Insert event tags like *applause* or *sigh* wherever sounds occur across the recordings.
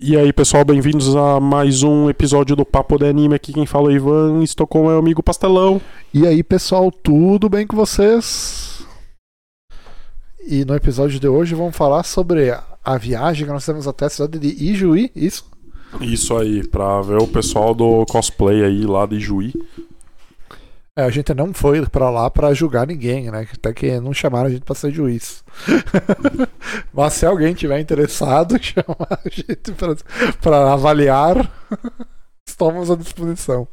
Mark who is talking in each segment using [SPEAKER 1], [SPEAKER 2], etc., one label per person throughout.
[SPEAKER 1] E aí, pessoal, bem-vindos a mais um episódio do Papo de Anime. Aqui quem fala é o Ivan, estou com o meu amigo Pastelão.
[SPEAKER 2] E aí, pessoal, tudo bem com vocês? E no episódio de hoje vamos falar sobre a- a viagem que nós temos até a cidade de Ijuí, isso?
[SPEAKER 1] Isso aí, pra ver o pessoal do cosplay aí lá de Juí.
[SPEAKER 2] É, a gente não foi pra lá pra julgar ninguém, né? Até que não chamaram a gente pra ser juiz. *laughs* Mas se alguém tiver interessado, *laughs* chamar a gente pra, pra avaliar, *laughs* estamos à disposição.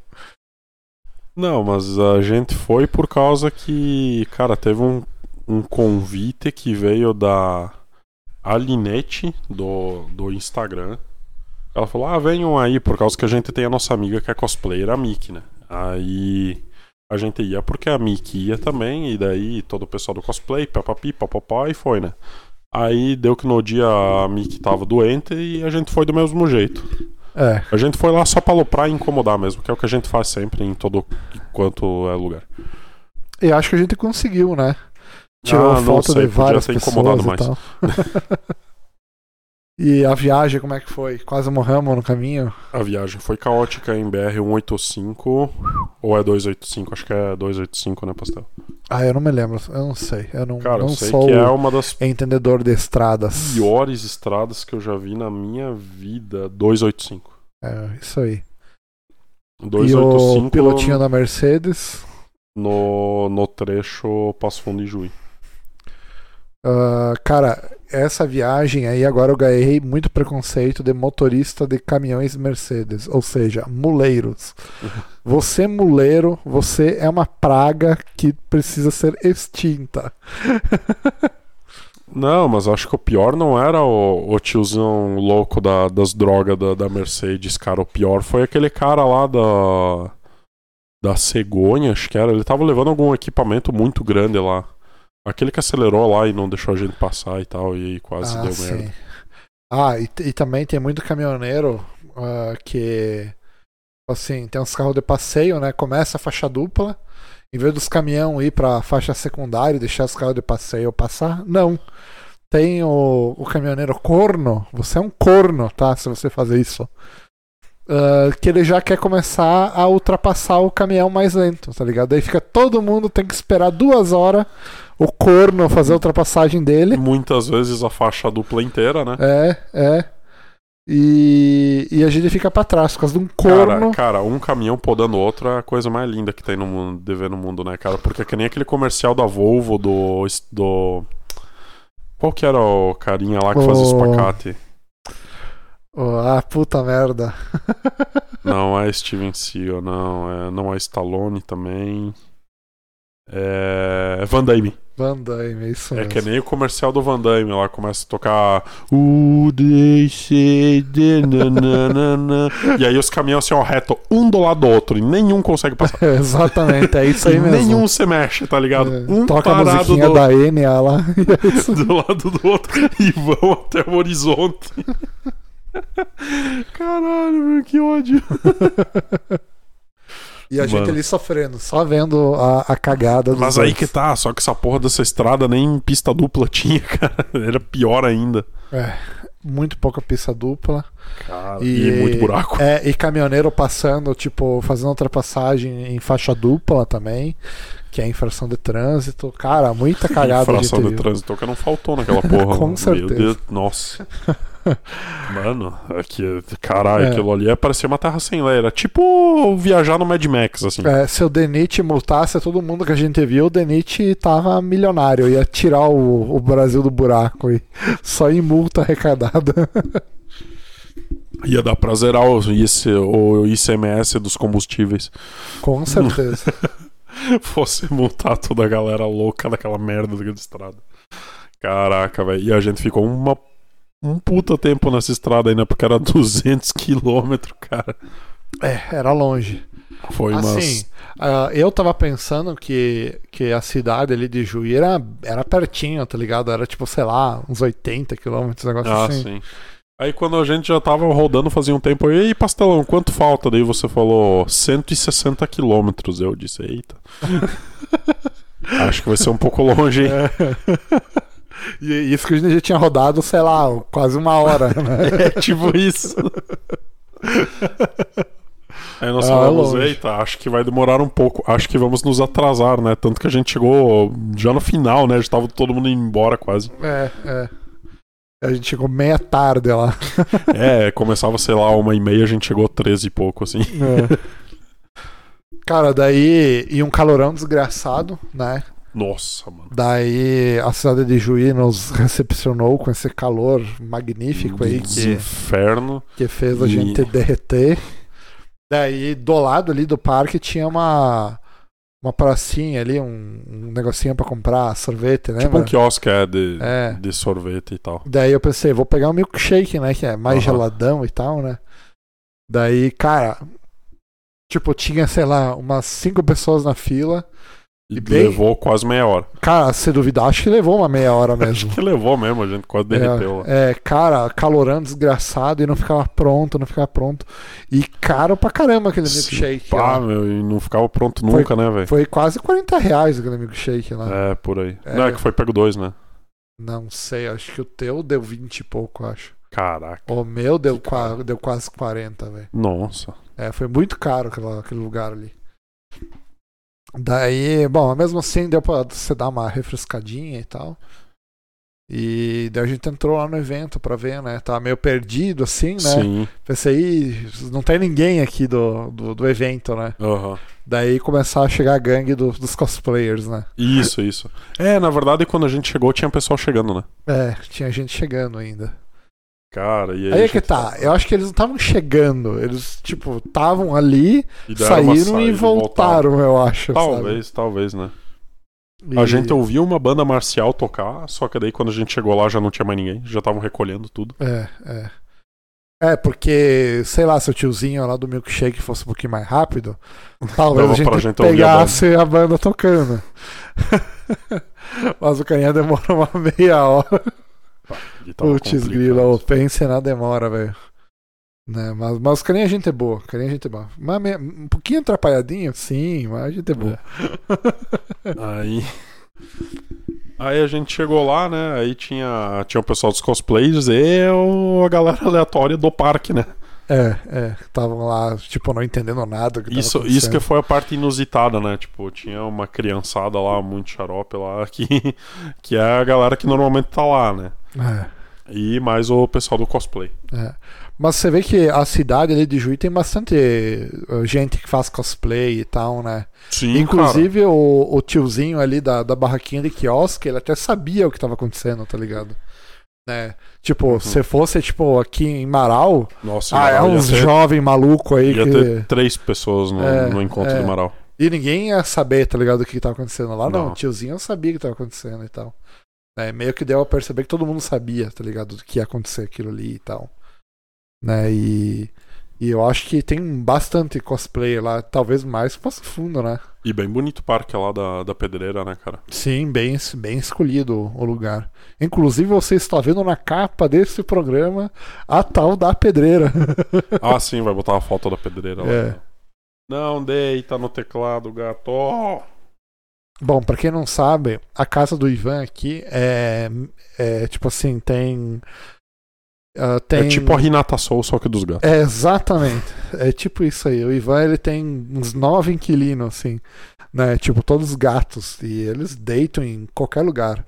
[SPEAKER 1] Não, mas a gente foi por causa que, cara, teve um, um convite que veio da Alinete do, do Instagram. Ela falou: Ah, venham aí, por causa que a gente tem a nossa amiga que é cosplayer, a Mickey, né? Aí a gente ia porque a Mickey ia também, e daí todo o pessoal do cosplay, papapi, papapá, e foi, né? Aí deu que no dia a Mickey tava doente e a gente foi do mesmo jeito.
[SPEAKER 2] É,
[SPEAKER 1] A gente foi lá só pra aloprar e incomodar mesmo, que é o que a gente faz sempre em todo quanto é lugar.
[SPEAKER 2] e acho que a gente conseguiu, né? Tirou
[SPEAKER 1] Ah, não
[SPEAKER 2] foto
[SPEAKER 1] sei,
[SPEAKER 2] de
[SPEAKER 1] podia
[SPEAKER 2] várias
[SPEAKER 1] ter
[SPEAKER 2] pessoas
[SPEAKER 1] incomodado
[SPEAKER 2] e
[SPEAKER 1] mais.
[SPEAKER 2] tal. *laughs* e a viagem, como é que foi? Quase morramos no caminho?
[SPEAKER 1] A viagem foi caótica em BR 185 ou é 285, acho que é 285, né, Pastel?
[SPEAKER 2] Ah, eu não me lembro. Eu não sei. Eu não,
[SPEAKER 1] Cara,
[SPEAKER 2] não
[SPEAKER 1] eu sei
[SPEAKER 2] sou
[SPEAKER 1] que é uma das
[SPEAKER 2] entendedor de estradas.
[SPEAKER 1] piores estradas que eu já vi na minha vida, 285.
[SPEAKER 2] É, isso aí. E o
[SPEAKER 1] 285
[SPEAKER 2] pilotinho da Mercedes.
[SPEAKER 1] no, no trecho Passo Fundo e Juí.
[SPEAKER 2] Ah, cara, essa viagem aí agora eu ganhei muito preconceito de motorista de caminhões Mercedes, ou
[SPEAKER 1] *laughs*
[SPEAKER 2] seja, muleiros. Você é muleiro, você é uma praga que precisa ser extinta.
[SPEAKER 1] Não, mas acho que o pior não era o, o tiozão louco da- das drogas da, da Mercedes, cara. O pior foi aquele cara lá da. Da cegonha, acho que era. Ele tava levando algum equipamento muito grande lá. Aquele que acelerou lá e não deixou a gente passar e tal, e quase
[SPEAKER 2] Ah,
[SPEAKER 1] deu
[SPEAKER 2] sim.
[SPEAKER 1] merda.
[SPEAKER 2] Ah, e, t- e também tem muito caminhoneiro ah, que assim, tem uns carros de passeio, né? Começa a faixa dupla. Em vez dos caminhão ir pra faixa secundária e deixar os carros de passeio passar, não. Tem o, o caminhoneiro corno. Você é um corno, tá? Se você fazer isso. Ah, que ele já quer começar a ultrapassar o caminhão mais lento, tá ligado? Daí fica todo mundo, tem que esperar duas horas o corno fazer a ultrapassagem dele.
[SPEAKER 1] Muitas vezes a faixa dupla inteira, né?
[SPEAKER 2] É, é. E, e a gente fica pra trás por causa de um
[SPEAKER 1] Cara,
[SPEAKER 2] corno.
[SPEAKER 1] cara, um caminhão podando o outro é a coisa mais linda que tem no mundo, de ver no mundo, né, cara? Porque é que nem aquele comercial da Volvo do. do... Qual que era o carinha lá que fazia
[SPEAKER 2] O-
[SPEAKER 1] espacate?
[SPEAKER 2] Oh, ah, puta merda. *laughs*
[SPEAKER 1] Não é Steven Seagal, não. É, não é Stallone também. É. é Van Damme.
[SPEAKER 2] Van Damme, é isso
[SPEAKER 1] É
[SPEAKER 2] mesmo.
[SPEAKER 1] que nem o comercial do Van Damme lá. Começa a tocar. U, D, C, D, *laughs* na, na, na, na. E aí os caminhões assim, ó, reto, um do lado do outro. E nenhum consegue passar.
[SPEAKER 2] *laughs* Exatamente, é isso aí
[SPEAKER 1] E *laughs*
[SPEAKER 2] mesmo.
[SPEAKER 1] Nenhum se mexe, tá ligado?
[SPEAKER 2] É,
[SPEAKER 1] Um
[SPEAKER 2] Toca a
[SPEAKER 1] parado
[SPEAKER 2] musiquinha
[SPEAKER 1] do,
[SPEAKER 2] da Enya lá. E é isso.
[SPEAKER 1] do lado do outro *laughs* e vão até o horizonte. *laughs* Caralho, meu, que ódio.
[SPEAKER 2] E a gente
[SPEAKER 1] Mano.
[SPEAKER 2] ali sofrendo, só vendo a, a cagada dos
[SPEAKER 1] Mas aí
[SPEAKER 2] outros.
[SPEAKER 1] que tá, só que essa porra dessa estrada nem pista dupla *laughs* tinha, cara. Era pior ainda.
[SPEAKER 2] Muito pouca pista dupla.
[SPEAKER 1] Cara, e, muito buraco.
[SPEAKER 2] É, e caminhoneiro passando, tipo, fazendo ultrapassagem em faixa dupla também, que é infração de trânsito.
[SPEAKER 1] *laughs*
[SPEAKER 2] Cara, muita cagada a gente
[SPEAKER 1] Infração de
[SPEAKER 2] viu.
[SPEAKER 1] trânsito que não faltou naquela
[SPEAKER 2] *laughs*
[SPEAKER 1] porra.
[SPEAKER 2] Com
[SPEAKER 1] mano.
[SPEAKER 2] certeza.
[SPEAKER 1] Meu Deus,
[SPEAKER 2] *laughs*
[SPEAKER 1] nossa. Mano, é que, caralho,
[SPEAKER 2] É.
[SPEAKER 1] aquilo ali é- parecia uma terra sem lei. Era tipo viajar no Mad Max, assim.
[SPEAKER 2] É, se o Denit multasse todo mundo que a gente viu, o Denit tava milionário, ia tirar o, o Brasil do buraco e *laughs* só em multa arrecadada. *laughs*
[SPEAKER 1] Ia dar pra zerar o, IC, o ICMS dos combustíveis. *laughs*
[SPEAKER 2] Com certeza.
[SPEAKER 1] Fosse multar toda a galera louca daquela merda daquela estrada. Caraca, velho. E a gente ficou uma, um puta tempo nessa estrada ainda, porque era *laughs* 200 quilômetros, cara.
[SPEAKER 2] É, era longe.
[SPEAKER 1] Foi umas.
[SPEAKER 2] Assim, ah, eu tava pensando que, que a cidade ali de Juí era, era pertinho, tá ligado? Era tipo, sei lá, uns 80 quilômetros, um negócio
[SPEAKER 1] Ah,
[SPEAKER 2] assim.
[SPEAKER 1] sim. Aí quando a gente já tava rodando fazia um tempo, eu, ei, pastelão, quanto falta? Daí você falou 160 quilômetros. Eu *laughs* disse, eita. Acho que vai ser um pouco longe, hein?
[SPEAKER 2] É. E É. *laughs* e isso que a gente tinha rodado, sei lá, quase uma hora,
[SPEAKER 1] *laughs*
[SPEAKER 2] né?
[SPEAKER 3] É tipo isso.
[SPEAKER 1] Aí É, nós
[SPEAKER 2] Ah,
[SPEAKER 1] falamos,
[SPEAKER 2] longe.
[SPEAKER 1] eita, acho que vai demorar um pouco, acho que vamos nos atrasar, né? Tanto que a gente chegou já no final, né? Já tava todo mundo indo embora quase.
[SPEAKER 2] É, é. A gente chegou meia tarde lá.
[SPEAKER 1] É, começava, sei lá, uma e meia, a gente chegou treze e pouco, assim.
[SPEAKER 2] É. Cara, daí. E um calorão desgraçado, né?
[SPEAKER 1] Nossa, mano.
[SPEAKER 2] Daí a cidade de Juí nos recepcionou com esse calor magnífico aí
[SPEAKER 1] Dos
[SPEAKER 2] que,
[SPEAKER 1] inferno.
[SPEAKER 2] que fez
[SPEAKER 1] Uhum.
[SPEAKER 2] a
[SPEAKER 1] E-
[SPEAKER 2] gente derreter. Daí do lado ali do parque tinha uma. Uma pracinha ali, um, um negocinho pra comprar sorvete, né?
[SPEAKER 1] Tipo um quiosque é, de,
[SPEAKER 2] É.
[SPEAKER 1] de sorvete e tal.
[SPEAKER 2] Daí eu pensei, vou pegar um milkshake, né? Que é mais
[SPEAKER 1] Aham.
[SPEAKER 2] geladão e tal, né? Daí, cara. Tipo, tinha, sei lá, umas cinco pessoas na fila.
[SPEAKER 1] E
[SPEAKER 2] E bem-
[SPEAKER 1] levou quase meia hora.
[SPEAKER 2] Cara, se duvidar, acho que levou uma
[SPEAKER 1] *laughs*
[SPEAKER 2] meia hora *laughs* mesmo.
[SPEAKER 1] Acho que levou mesmo, a gente quase derreteu lá.
[SPEAKER 2] É, é, cara, calorando desgraçado e não ficava pronto, não ficava pronto. E caro pra caramba aquele
[SPEAKER 1] Se
[SPEAKER 2] milkshake.
[SPEAKER 1] Pá,
[SPEAKER 2] lá.
[SPEAKER 1] Ah, meu, e não ficava pronto nunca, né, velho?
[SPEAKER 2] É, Foi quase 40 reais aquele milkshake lá.
[SPEAKER 1] É, por aí.
[SPEAKER 2] É.
[SPEAKER 1] Não, é que foi pego dois, né?
[SPEAKER 2] Não sei, acho que o teu deu 20 e pouco, acho.
[SPEAKER 1] Caraca.
[SPEAKER 2] O meu deu, qua- deu quase 40, velho.
[SPEAKER 1] Nossa.
[SPEAKER 2] É, foi muito caro aquela- aquele lugar ali. Daí, bom, mesmo assim deu pra você dar uma refrescadinha e tal. E daí a gente entrou lá no evento pra ver, né? Tava meio perdido assim, né?
[SPEAKER 1] Sim.
[SPEAKER 2] Pensei, "Ih, não tem ninguém aqui do, do, do evento, né?
[SPEAKER 1] Aham.
[SPEAKER 2] Daí começar a chegar a gangue do- dos cosplayers, né?
[SPEAKER 1] Isso, isso. É, na verdade, quando a gente chegou, tinha pessoal chegando, né?
[SPEAKER 2] É, tinha gente chegando ainda.
[SPEAKER 1] Cara, e aí.
[SPEAKER 2] Aí
[SPEAKER 1] a
[SPEAKER 2] é que
[SPEAKER 1] gente-
[SPEAKER 2] tá, eu acho que eles não estavam chegando, eles, tipo, estavam ali,
[SPEAKER 1] E deram uma
[SPEAKER 2] saíram e
[SPEAKER 1] saída, voltaram.
[SPEAKER 2] voltaram, eu acho.
[SPEAKER 1] Talvez, talvez, né?
[SPEAKER 2] sabe?
[SPEAKER 1] A
[SPEAKER 2] E-
[SPEAKER 1] gente ouviu uma banda marcial tocar, só que daí quando a gente chegou lá já não tinha mais ninguém, já estavam recolhendo tudo.
[SPEAKER 2] É, é. É, porque, sei lá, se o tiozinho lá do milkshake fosse um pouquinho
[SPEAKER 1] *laughs*
[SPEAKER 2] mais rápido, talvez
[SPEAKER 1] Dava
[SPEAKER 2] a gente,
[SPEAKER 1] pra gente ouvir a banda.
[SPEAKER 2] pegasse a banda, tocando. *laughs* Mas o carinha demora uma meia hora.
[SPEAKER 1] E tava
[SPEAKER 2] Putz,
[SPEAKER 1] complicado.
[SPEAKER 2] grila, o pense na demora, velho. Né, mas, mas o carinha a gente é boa, o carinha a gente é boa. Mas me- um pouquinho atrapalhadinho, sim, mas a gente é boa.
[SPEAKER 1] Aí. Aí a gente chegou lá, né? Aí tinha, tinha o pessoal dos cosplayers e o- a galera aleatória do parque, né?
[SPEAKER 2] É, é, estavam lá, tipo, não entendendo nada. do que tava
[SPEAKER 1] Isso, isso que
[SPEAKER 2] acontecendo.
[SPEAKER 1] foi a parte inusitada, né? Tipo, tinha uma criançada lá, muito xarope lá, *laughs* que, que é a galera que normalmente tá lá, né?
[SPEAKER 2] É.
[SPEAKER 1] E mais o pessoal do cosplay.
[SPEAKER 2] É. Mas você vê que a cidade ali de Juí tem bastante eh, gente que faz cosplay e tal, né?
[SPEAKER 1] Sim,
[SPEAKER 2] Inclusive o, o tiozinho ali da, da barraquinha de quiosque, ele até sabia o que tava acontecendo, tá ligado? Né? Tipo,
[SPEAKER 1] Uhum.
[SPEAKER 2] se fosse, tipo, aqui em Marau,
[SPEAKER 1] cara. Nossa,
[SPEAKER 2] ah, é
[SPEAKER 1] ia
[SPEAKER 2] uns
[SPEAKER 1] ter-
[SPEAKER 2] jovem maluco aí
[SPEAKER 1] Ia
[SPEAKER 2] que.
[SPEAKER 1] ter três pessoas no,
[SPEAKER 2] É,
[SPEAKER 1] no encontro
[SPEAKER 2] é.
[SPEAKER 1] do Marau.
[SPEAKER 2] E ninguém ia saber, tá ligado, o que, que tava acontecendo lá. Não,
[SPEAKER 1] Não.
[SPEAKER 2] o tiozinho sabia o que tava acontecendo e tal. É, meio que deu a perceber que todo mundo sabia, tá ligado, do que ia acontecer aquilo ali e tal. Né, e, e eu acho que tem bastante cosplay lá, talvez mais que Passo Fundo, né?
[SPEAKER 1] E bem bonito o parque lá da, da pedreira, né, cara?
[SPEAKER 2] Sim, bem, bem escolhido o lugar. Inclusive, você está vendo na capa desse programa a tal da pedreira. *laughs*
[SPEAKER 1] Ah, sim, vai botar a foto da pedreira lá.
[SPEAKER 2] É.
[SPEAKER 1] Não, deita no teclado, gato.
[SPEAKER 2] Bom, pra quem não sabe, a casa do Ivan aqui é, é tipo assim, tem. ah, tem...
[SPEAKER 1] É tipo a Renata Soul, só que dos gatos.
[SPEAKER 2] É, exatamente. É tipo isso aí. O Ivan ele tem uns nove inquilinos, assim, né? Tipo, todos gatos. E eles deitam em qualquer lugar.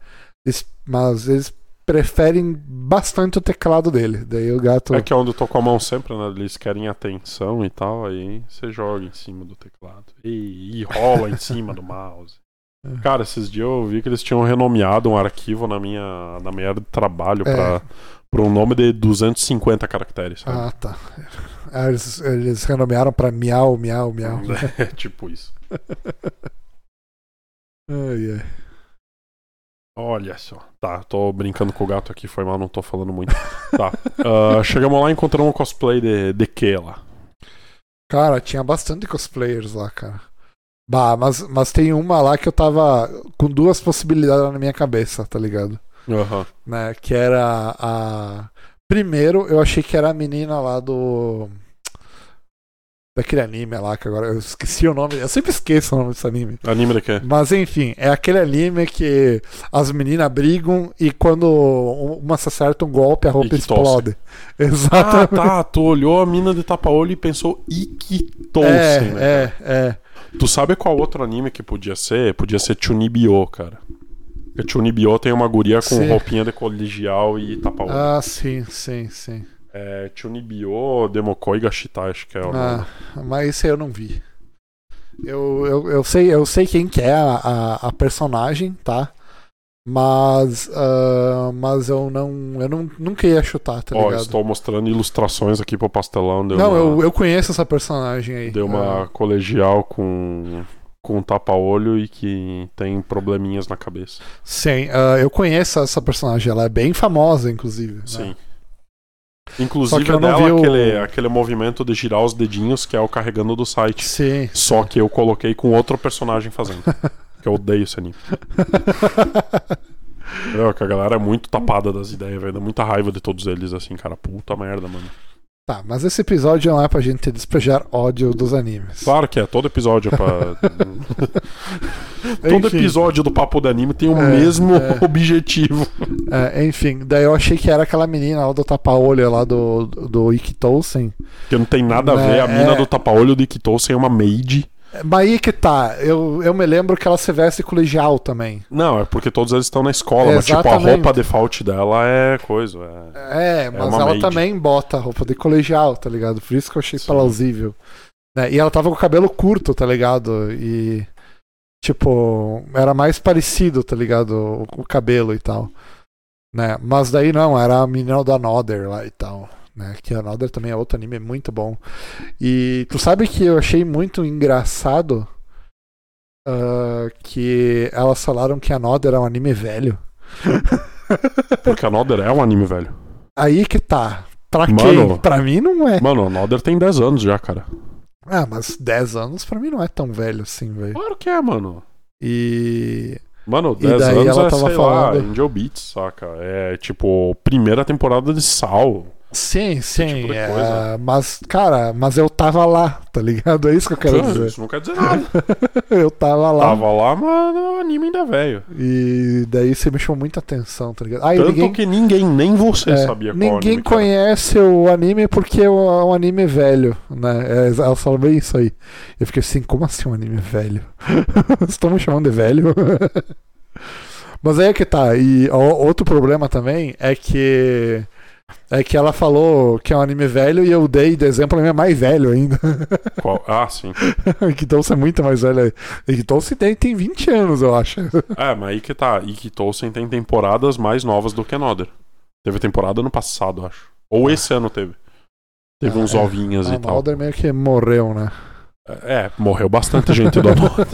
[SPEAKER 2] Eles- mas eles preferem bastante o teclado dele. Daí o gato.
[SPEAKER 1] É que é onde eu tô com a mão sempre, né? Eles querem atenção e tal, aí você joga em cima do teclado. E, e rola em cima do mouse. Cara, esses dias eu vi que eles tinham renomeado um arquivo na minha, na minha área de trabalho
[SPEAKER 2] É.
[SPEAKER 1] tipo, pra, pra um nome de 250 caracteres, sabe?
[SPEAKER 2] Ah, tá. Ah, Eles, eles renomearam pra miau, miau, miau.
[SPEAKER 1] *laughs* É tipo isso.
[SPEAKER 2] *laughs* Ai, ai.
[SPEAKER 1] Olha só. Tá, tô brincando com o gato aqui, foi mal, não tô falando muito. Tá. Ah, *laughs* chegamos lá e encontramos um cosplay de, de que lá?
[SPEAKER 2] Cara, tinha bastante cosplayers lá, cara. Bah, mas, mas tem uma lá que eu tava com duas possibilidades na minha cabeça, tá ligado?
[SPEAKER 1] Aham.
[SPEAKER 2] Né? Que era a. Primeiro, eu achei que era a menina lá do. daquele anime lá, que agora eu esqueci o nome, eu sempre esqueço o nome desse anime.
[SPEAKER 1] Anime de quê?
[SPEAKER 2] Mas enfim, é aquele anime que as meninas brigam e quando uma se acerta um golpe, a
[SPEAKER 1] E
[SPEAKER 2] roupa
[SPEAKER 1] que
[SPEAKER 2] explode.
[SPEAKER 1] Ah,
[SPEAKER 2] *laughs* Exatamente.
[SPEAKER 1] tá. Tu olhou a mina de tapa-olho e pensou, Ikitosen,
[SPEAKER 2] é,
[SPEAKER 1] né?
[SPEAKER 2] é, é.
[SPEAKER 1] Tu sabe qual outro anime que podia ser? Podia ser Chunibyo, cara. Porque Chunibyo tem uma guria com
[SPEAKER 2] Sim.
[SPEAKER 1] roupinha de colegial e tapa-olho.
[SPEAKER 2] Ah, sim, sim, sim.
[SPEAKER 1] É, Chunibyo, Demokoi Gashita, acho que é o nome.
[SPEAKER 2] Ah, mas isso aí eu não vi. Eu, eu, eu, sei, eu sei quem que é a, a, a personagem, tá? Mas, ah, mas eu não. Eu não, nunca ia chutar, tá
[SPEAKER 1] Ó,
[SPEAKER 2] ligado?
[SPEAKER 1] estou mostrando ilustrações aqui pro pastelão. Deu
[SPEAKER 2] não,
[SPEAKER 1] uma,
[SPEAKER 2] eu, eu conheço essa personagem aí.
[SPEAKER 1] deu uma
[SPEAKER 2] Ah,
[SPEAKER 1] colegial com, com tapa-olho e que tem probleminhas na cabeça.
[SPEAKER 2] sim, ah, eu conheço essa personagem, ela é bem famosa, inclusive. né?
[SPEAKER 1] Sim. Inclusive
[SPEAKER 2] Só que eu não
[SPEAKER 1] dela
[SPEAKER 2] vi o-
[SPEAKER 1] aquele, aquele movimento de girar os dedinhos que é o carregando do site.
[SPEAKER 2] Sim.
[SPEAKER 1] Só que eu coloquei com outro personagem
[SPEAKER 2] *laughs*
[SPEAKER 1] fazendo. que eu odeio esse anime. Entendeu? Que a galera é muito tapada das ideias, velho. Dá muita raiva de todos eles, assim, cara. Puta merda, mano.
[SPEAKER 2] Tá, mas esse episódio não é pra gente despejar ódio dos animes.
[SPEAKER 1] Claro que é, todo episódio é pra.
[SPEAKER 2] *laughs*
[SPEAKER 1] todo
[SPEAKER 2] Enfim.
[SPEAKER 1] episódio do Papo do Anime tem o
[SPEAKER 2] É,
[SPEAKER 1] mesmo
[SPEAKER 2] é.
[SPEAKER 1] *laughs* objetivo.
[SPEAKER 2] É, enfim, daí eu achei que era aquela menina lá do tapa-olho lá do, do Ikki Tolsen.
[SPEAKER 1] Que não tem nada a
[SPEAKER 2] Né,
[SPEAKER 1] ver. A mina
[SPEAKER 2] é.
[SPEAKER 1] do tapa-olho do Ikitousen é uma maid.
[SPEAKER 2] Mas aí que tá, eu, eu me lembro que ela se veste colegial também.
[SPEAKER 1] Não, é porque todos eles estão na escola, mas tipo, a
[SPEAKER 2] Exatamente.
[SPEAKER 1] roupa default dela é coisa. É...
[SPEAKER 2] É, mas
[SPEAKER 1] uma
[SPEAKER 2] ela
[SPEAKER 1] maid.
[SPEAKER 2] também bota roupa de colegial, tá ligado? Por isso que eu achei
[SPEAKER 1] Sim.
[SPEAKER 2] plausível. Né, E ela tava com o cabelo curto, tá ligado? E, tipo, era mais parecido, tá ligado? O, o cabelo e tal. Né? Mas daí não, era a menina da Another lá e tal. Né? Que a Another também é outro anime muito bom. E tu sabe que eu achei muito engraçado ah, que elas falaram que a Another é um anime velho.
[SPEAKER 1] Porque a Nodder é um anime velho.
[SPEAKER 2] Aí que tá. Pra
[SPEAKER 1] Mano.
[SPEAKER 2] quem? Pra mim não é.
[SPEAKER 1] Mano, a Nodder tem 10 anos já, cara.
[SPEAKER 2] Ah, mas 10 anos pra mim não é tão velho assim, velho.
[SPEAKER 1] Claro que é, mano.
[SPEAKER 2] E.
[SPEAKER 1] Mano,
[SPEAKER 2] E
[SPEAKER 1] 10
[SPEAKER 2] daí
[SPEAKER 1] anos
[SPEAKER 2] ela
[SPEAKER 1] é,
[SPEAKER 2] tava
[SPEAKER 1] sei lá,
[SPEAKER 2] falando.
[SPEAKER 1] Angel Beats, saca? É tipo, primeira temporada de Sal.
[SPEAKER 2] Sim, sim.
[SPEAKER 1] tipo de
[SPEAKER 2] é,
[SPEAKER 1] coisa.
[SPEAKER 2] mas, cara, mas eu tava lá, tá ligado? É isso que eu quero
[SPEAKER 1] *laughs* Cara,
[SPEAKER 2] dizer.
[SPEAKER 1] Isso não quer dizer
[SPEAKER 2] *laughs*
[SPEAKER 1] nada.
[SPEAKER 2] Eu tava lá.
[SPEAKER 1] Tava lá, mas o anime ainda é velho.
[SPEAKER 2] E daí você me chamou muita atenção, tá ligado? Aí
[SPEAKER 1] Tanto
[SPEAKER 2] ninguém.
[SPEAKER 1] que ninguém, nem você
[SPEAKER 2] é,
[SPEAKER 1] sabia qual
[SPEAKER 2] ninguém
[SPEAKER 1] anime que era.
[SPEAKER 2] conhece o anime porque é um um anime velho, né? É, Ela falou bem isso aí. Eu fiquei assim, como assim um anime velho? *laughs* Estão me chamando de velho? *laughs* Mas aí é que tá. E o- outro problema também é que. É que ela falou que é um anime velho e eu dei de exemplo anime mais velho ainda. *laughs*
[SPEAKER 1] Qual- Ah, sim.
[SPEAKER 2] que então é muito mais velho aí. E que Dulce tem, tem 20 anos, eu acho.
[SPEAKER 1] É, mas aí que tá. E que Tolkien tem temporadas mais novas do que Another. Teve temporada ano passado, acho. Ou esse ano teve. Teve
[SPEAKER 2] Ah,
[SPEAKER 1] uns
[SPEAKER 2] é.
[SPEAKER 1] ovinhas
[SPEAKER 2] *laughs* A
[SPEAKER 1] e tal.
[SPEAKER 2] Mulder meio que morreu, né?
[SPEAKER 1] É, morreu bastante gente do
[SPEAKER 2] *laughs*
[SPEAKER 1] Another.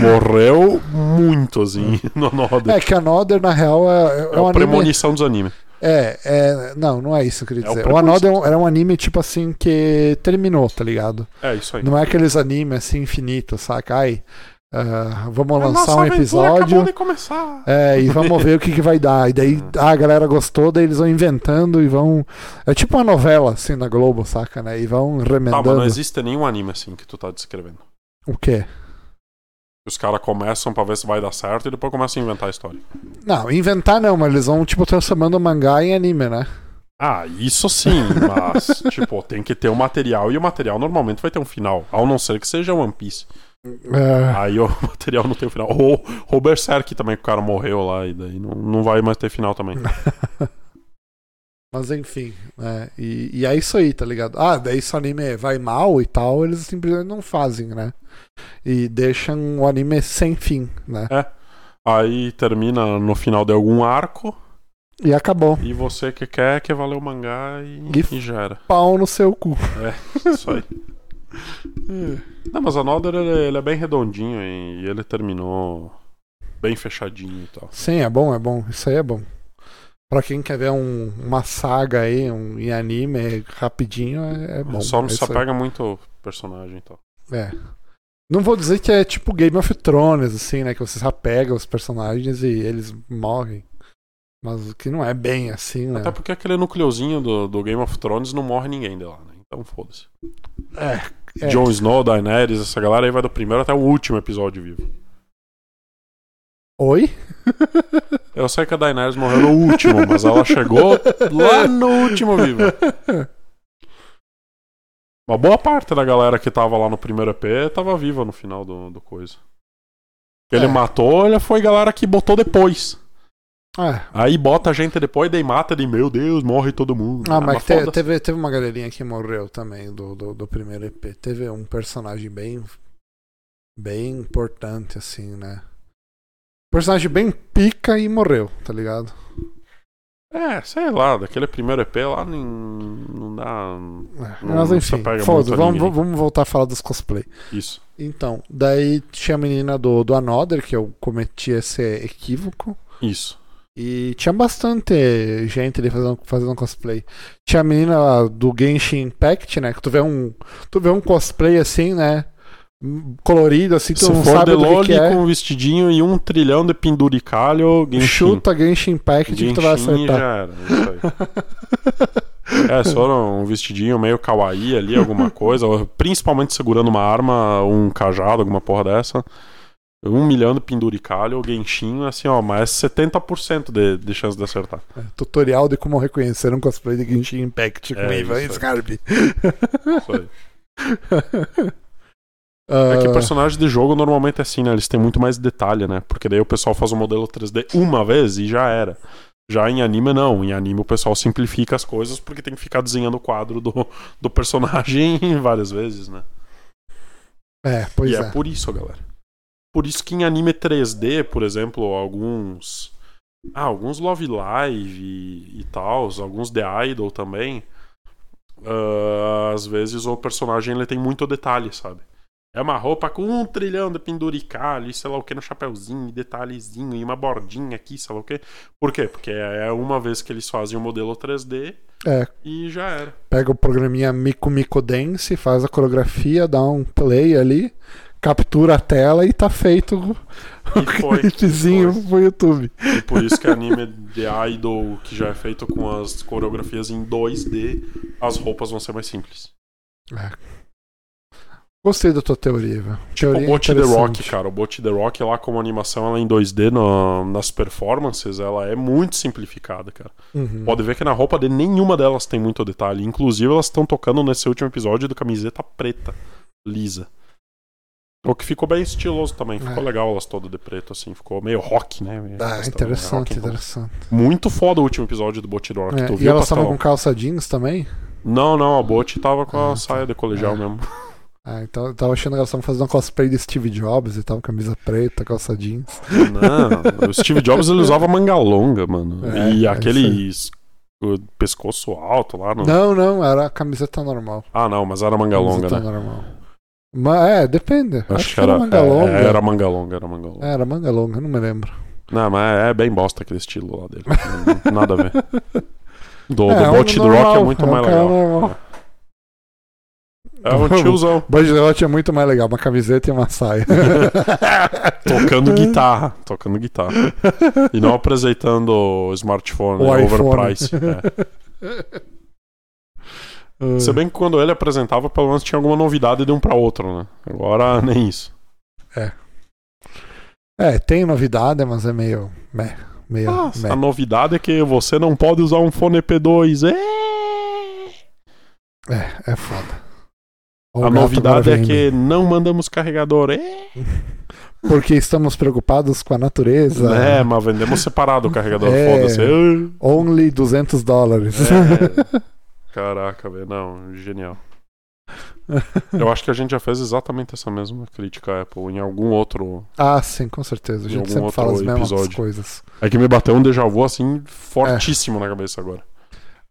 [SPEAKER 1] morreu muito, assim, no Another.
[SPEAKER 2] É que a Another, na real, é, é
[SPEAKER 1] É,
[SPEAKER 2] um
[SPEAKER 1] a
[SPEAKER 2] anime.
[SPEAKER 1] premonição dos animes.
[SPEAKER 2] É, é, não, não é isso que eu
[SPEAKER 1] É
[SPEAKER 2] queria
[SPEAKER 1] o
[SPEAKER 2] dizer. O,
[SPEAKER 1] preconceito.
[SPEAKER 2] Another era um anime, tipo assim, que terminou, tá ligado?
[SPEAKER 1] É isso aí.
[SPEAKER 2] Não é aqueles animes assim infinitos, saca? Ai, ah, vamos
[SPEAKER 1] A
[SPEAKER 2] lançar
[SPEAKER 1] nossa
[SPEAKER 2] um
[SPEAKER 1] aventura
[SPEAKER 2] episódio
[SPEAKER 1] Acabou de começar.
[SPEAKER 2] é, e vamos ver o que, que vai dar.
[SPEAKER 1] *laughs*
[SPEAKER 2] E daí ah, a galera gostou, daí eles vão inventando e vão. É tipo uma novela, assim, na Globo, saca, né? E vão
[SPEAKER 1] Tá,
[SPEAKER 2] remendando.
[SPEAKER 1] mas não existe nenhum anime assim que tu tá descrevendo.
[SPEAKER 2] O quê?
[SPEAKER 1] Os caras começam pra ver se vai dar certo e depois começam a inventar a história.
[SPEAKER 2] Não, inventar não, mas eles vão, tipo, transformando o mangá em anime, né?
[SPEAKER 1] Ah, isso
[SPEAKER 2] *laughs*
[SPEAKER 1] sim, mas, tipo, tem que ter o material e o material normalmente vai ter um final. Ao não ser que seja One Piece.
[SPEAKER 2] Ah,
[SPEAKER 1] Aí o *laughs* material não tem o final. Ou o Berserk também, que o cara morreu lá e daí não, não vai mais ter final também.
[SPEAKER 2] Mas enfim, né? E, e é isso aí, tá ligado? Ah, daí se o anime vai mal e tal, eles simplesmente não fazem, né? E deixam o anime sem fim, né?
[SPEAKER 1] Aí termina no final de algum arco
[SPEAKER 2] E acabou.
[SPEAKER 1] e você que quer que valeu o mangá e,
[SPEAKER 2] Gif.
[SPEAKER 1] e já era.
[SPEAKER 2] Pau no seu cu.
[SPEAKER 1] Isso
[SPEAKER 2] *laughs*
[SPEAKER 1] aí. Não, mas a Nodder ele, ele é bem redondinho e ele terminou bem fechadinho e tal.
[SPEAKER 2] Sim, é bom, é bom. Isso aí é bom. Pra quem quer ver um- uma saga aí, um em anime rapidinho, é, é bom.
[SPEAKER 1] Só não
[SPEAKER 2] É
[SPEAKER 1] se
[SPEAKER 2] isso aí.
[SPEAKER 1] apega muito ao personagem e tal.
[SPEAKER 2] É. Não vou dizer que é tipo Game of Thrones, assim, né? Que você se apega aos personagens e eles morrem. Mas o que não é bem assim, né?
[SPEAKER 1] Até porque aquele núcleozinho do, do Game of Thrones não morre ninguém de lá, né? Então foda-se.
[SPEAKER 2] É, é.
[SPEAKER 1] Jon Snow, Daenerys, essa galera aí vai do primeiro até o último episódio vivo.
[SPEAKER 2] Oi?
[SPEAKER 1] Eu sei que a Daenerys morreu no
[SPEAKER 2] *laughs*
[SPEAKER 1] último, mas ela chegou lá no último vivo. Uma boa parte da galera que tava lá no primeiro EP tava viva no final do, do coisa. Que ele
[SPEAKER 2] É.
[SPEAKER 1] matou, ele foi galera que botou depois.
[SPEAKER 2] Ah,
[SPEAKER 1] Aí bota a gente depois, daí mata, daí, meu Deus, morre todo mundo.
[SPEAKER 2] ah, mas te-
[SPEAKER 1] É foda-se.
[SPEAKER 2] teve, teve uma galerinha que morreu também do, do, do primeiro EP. Teve um personagem bem. Bem importante, assim, né? Personagem bem pica e morreu, tá ligado?
[SPEAKER 1] É, sei lá, daquele primeiro EP lá nem- não dá
[SPEAKER 2] É,
[SPEAKER 1] Não-
[SPEAKER 2] mas
[SPEAKER 1] não
[SPEAKER 2] enfim,
[SPEAKER 1] se apega
[SPEAKER 2] foda,
[SPEAKER 1] Hum, muito a
[SPEAKER 2] vamos,
[SPEAKER 1] ninguém.
[SPEAKER 2] vamos voltar a falar dos cosplay.
[SPEAKER 1] isso.
[SPEAKER 2] Então, daí tinha a menina do, do Another, que eu cometi esse equívoco.
[SPEAKER 1] Isso.
[SPEAKER 2] E tinha bastante gente ali fazendo, fazendo cosplay. Tinha a menina do Genshin Impact, né? Que tu vê um, tu vê um cosplay assim, né? hum, Colorido, assim, tu
[SPEAKER 1] Se
[SPEAKER 2] não
[SPEAKER 1] for
[SPEAKER 2] sabe
[SPEAKER 1] de
[SPEAKER 2] do que,
[SPEAKER 1] Loli
[SPEAKER 2] que é.
[SPEAKER 1] com um vestidinho e um trilhão de penduricalho, Genshin.
[SPEAKER 2] Chuta Genshin Impact que tu vai
[SPEAKER 1] Genshin
[SPEAKER 2] acertar.
[SPEAKER 1] já era, é isso
[SPEAKER 2] *laughs*
[SPEAKER 1] aí. É, só um vestidinho meio kawaii ali, alguma coisa, ou principalmente segurando uma arma, um cajado, alguma porra dessa. Um milhão de penduricalho, Genshin, assim, ó, mas 70% de, de chance de acertar.
[SPEAKER 2] É, Tutorial de como reconhecer um cosplay de Genshin Impact com
[SPEAKER 1] É,
[SPEAKER 2] Ivan
[SPEAKER 1] isso aí.
[SPEAKER 2] Scarpe.
[SPEAKER 1] Isso aí. É
[SPEAKER 2] *laughs* Ah.
[SPEAKER 1] que personagem de jogo normalmente é assim, né? Eles têm muito mais detalhe, né? Porque daí o pessoal faz o modelo 3D uma vez e já era. Já em anime, não. Em anime o pessoal simplifica as coisas porque tem que ficar desenhando o quadro do, do personagem *laughs* várias vezes, né?
[SPEAKER 2] É, pois
[SPEAKER 1] e
[SPEAKER 2] é.
[SPEAKER 1] é. por isso, galera. Por isso que em anime 3D, por exemplo, alguns. Ah, alguns Love Live e, e tal, alguns The Idol também. ah, às vezes o personagem ele tem muito detalhe, sabe? É uma roupa com um trilhão de penduricalho, e sei lá o que, no chapéuzinho, e detalhezinho, e uma bordinha aqui, sei lá o que. Por quê? Porque é uma vez que eles fazem o modelo 3D
[SPEAKER 2] É,
[SPEAKER 1] e já era.
[SPEAKER 2] pega o programinha Mico Mico Dance, faz a coreografia, dá um play ali, captura a tela e tá feito
[SPEAKER 1] E foi.
[SPEAKER 2] *laughs* o clipezinho pro YouTube.
[SPEAKER 1] E por isso que anime de idol, que já é feito com as coreografias em 2D, as roupas vão ser mais simples.
[SPEAKER 2] É. Gostei da tua teoria, Ivan.
[SPEAKER 1] O
[SPEAKER 2] Teoria
[SPEAKER 1] Bot Tipo, The
[SPEAKER 2] interessante.
[SPEAKER 1] Rock, cara, o Bot The Rock lá como animação ela é em 2D no- nas performances, ela é muito simplificada, cara.
[SPEAKER 2] Uhum.
[SPEAKER 1] Pode ver que na roupa de nenhuma delas tem muito detalhe. Inclusive, elas estão tocando nesse último episódio de camiseta preta, lisa. O que ficou bem estiloso também, ficou
[SPEAKER 2] É.
[SPEAKER 1] legal elas todas de preto, assim, ficou meio rock, né? Meio
[SPEAKER 2] Ah,
[SPEAKER 1] pastelão,
[SPEAKER 2] interessante,
[SPEAKER 1] rock and roll.
[SPEAKER 2] interessante.
[SPEAKER 1] Muito foda o último episódio do Bot The Rock.
[SPEAKER 2] É,
[SPEAKER 1] tu
[SPEAKER 2] e
[SPEAKER 1] viu
[SPEAKER 2] elas
[SPEAKER 1] pastelão?
[SPEAKER 2] estavam com calça jeans também?
[SPEAKER 1] Não, não, a Bote tava com a
[SPEAKER 2] Ah, tá.
[SPEAKER 1] saia de colegial
[SPEAKER 2] É. *laughs*
[SPEAKER 1] mesmo.
[SPEAKER 2] Ah, então eu tava achando que elas estavam fazendo cosplay de Steve Jobs e tal, camisa preta, calça jeans.
[SPEAKER 1] Não, o Steve Jobs
[SPEAKER 2] *laughs*
[SPEAKER 1] ele usava manga longa, mano.
[SPEAKER 2] É,
[SPEAKER 1] e
[SPEAKER 2] é
[SPEAKER 1] aquele o pescoço alto lá. No...
[SPEAKER 2] Não, não, era camiseta normal.
[SPEAKER 1] Ah, não, mas era manga longa,
[SPEAKER 2] camiseta
[SPEAKER 1] né?
[SPEAKER 2] é normal. Mas é, depende. Acho, que era, manga
[SPEAKER 1] é,
[SPEAKER 2] longa.
[SPEAKER 1] é, Era manga longa, era manga longa.
[SPEAKER 2] É, era manga longa, não me lembro.
[SPEAKER 1] Não, mas é bem bosta aquele estilo lá dele. Não- Nada a
[SPEAKER 2] *laughs*
[SPEAKER 1] ver. Do,
[SPEAKER 2] É,
[SPEAKER 1] do
[SPEAKER 2] é um
[SPEAKER 1] Bote do
[SPEAKER 2] normal,
[SPEAKER 1] Rock é muito
[SPEAKER 2] é um
[SPEAKER 1] mais
[SPEAKER 2] cara
[SPEAKER 1] legal.
[SPEAKER 2] normal.
[SPEAKER 1] É o
[SPEAKER 2] *laughs*
[SPEAKER 1] tiozão.
[SPEAKER 2] Budget Hot é muito mais legal, uma camiseta e uma saia.
[SPEAKER 1] *laughs* Tocando guitarra. Tocando guitarra. E não apresentando o smartphone
[SPEAKER 2] *laughs* O
[SPEAKER 1] né,
[SPEAKER 2] iPhone. *laughs*
[SPEAKER 1] overpriced. É. Se bem que quando ele apresentava, pelo menos tinha alguma novidade de um pra outro, né? Agora *laughs* nem isso.
[SPEAKER 2] É, tem novidade, mas é meio. Meh, meio.
[SPEAKER 1] Nossa,
[SPEAKER 2] meh.
[SPEAKER 1] Ah, a novidade é que você não pode usar um fone P2. É!
[SPEAKER 2] É, é foda. Ó, o
[SPEAKER 1] A
[SPEAKER 2] gato
[SPEAKER 1] novidade é
[SPEAKER 2] agora vem.
[SPEAKER 1] que não mandamos carregador. É!
[SPEAKER 2] Porque estamos preocupados com a natureza.
[SPEAKER 1] É, mas vendemos separado o carregador,
[SPEAKER 2] É.
[SPEAKER 1] foda-se. É.
[SPEAKER 2] Only 200 dólares.
[SPEAKER 1] É. Caraca, velho. Não, genial. Eu acho que a gente já fez exatamente essa mesma crítica à Apple em algum outro.
[SPEAKER 2] *laughs* ah, sim, com certeza. A
[SPEAKER 1] Em
[SPEAKER 2] gente
[SPEAKER 1] algum
[SPEAKER 2] sempre
[SPEAKER 1] outro
[SPEAKER 2] fala as mesmas
[SPEAKER 1] episódio.
[SPEAKER 2] coisas.
[SPEAKER 1] É que me bateu um déjà vu assim fortíssimo
[SPEAKER 2] É.
[SPEAKER 1] na cabeça agora.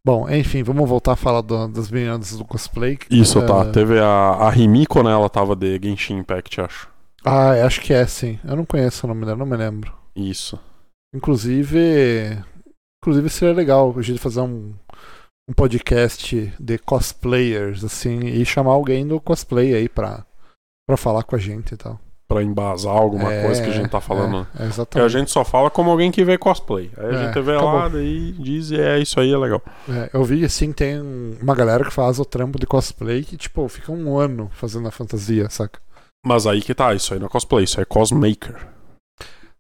[SPEAKER 2] Bom, enfim, vamos voltar a falar do- das meninas do cosplay.
[SPEAKER 1] Isso,
[SPEAKER 2] Ah,
[SPEAKER 1] tá. Teve a, a Rimiko, né? Ela tava de Genshin Impact, acho.
[SPEAKER 2] Ah, acho que é, sim. Eu não conheço o nome dela, não me lembro.
[SPEAKER 1] Isso.
[SPEAKER 2] Inclusive, inclusive seria legal a gente fazer um, um podcast de cosplayers, assim, e chamar alguém do cosplay aí pra, pra falar com a gente e tal.
[SPEAKER 1] pra embasar alguma
[SPEAKER 2] É,
[SPEAKER 1] coisa que a gente tá falando. né?
[SPEAKER 2] É,
[SPEAKER 1] Porque a
[SPEAKER 2] exatamente.
[SPEAKER 1] gente só fala como alguém que vê cosplay. Aí a
[SPEAKER 2] É,
[SPEAKER 1] gente vê lá,
[SPEAKER 2] acabou.
[SPEAKER 1] daí diz, e é isso aí, é legal.
[SPEAKER 2] É, eu vi assim, tem uma galera que faz o trampo de cosplay que, tipo, fica um ano fazendo a fantasia, saca?
[SPEAKER 1] Mas aí que tá, isso aí não é cosplay, isso aí é cosmaker.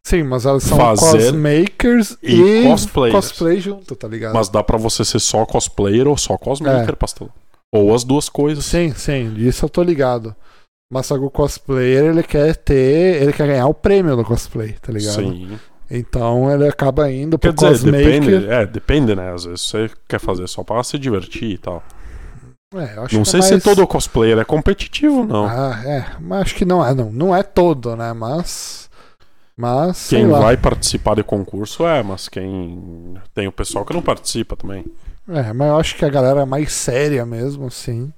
[SPEAKER 2] Sim, mas elas são
[SPEAKER 1] Fazer
[SPEAKER 2] cosmakers
[SPEAKER 1] e
[SPEAKER 2] e,
[SPEAKER 1] cosplayers.
[SPEAKER 2] cosplay junto, tá ligado?
[SPEAKER 1] Mas dá pra você ser só cosplayer ou só cosmaker,
[SPEAKER 2] É.
[SPEAKER 1] pastelão. Ou as duas coisas.
[SPEAKER 2] Sim, sim, disso eu tô ligado. Mas só que o cosplayer, ele quer ter, ele quer ganhar o prêmio do cosplay, tá ligado?
[SPEAKER 1] Sim.
[SPEAKER 2] Então ele acaba indo pro
[SPEAKER 1] Quer dizer,
[SPEAKER 2] cosmaker.
[SPEAKER 1] depende, é, depende, né? Às vezes você quer fazer só pra se divertir e tal.
[SPEAKER 2] É, eu acho
[SPEAKER 1] Não
[SPEAKER 2] que
[SPEAKER 1] sei
[SPEAKER 2] é mais...
[SPEAKER 1] se todo cosplayer é competitivo, não.
[SPEAKER 2] Ah, é, mas acho que não é, não. Não é todo, né? Mas. Mas. sei
[SPEAKER 1] quem
[SPEAKER 2] lá.
[SPEAKER 1] vai participar de concurso é, mas quem. Tem o pessoal que não participa também. Ah,
[SPEAKER 2] É, mas eu acho que a galera mais séria mesmo, assim.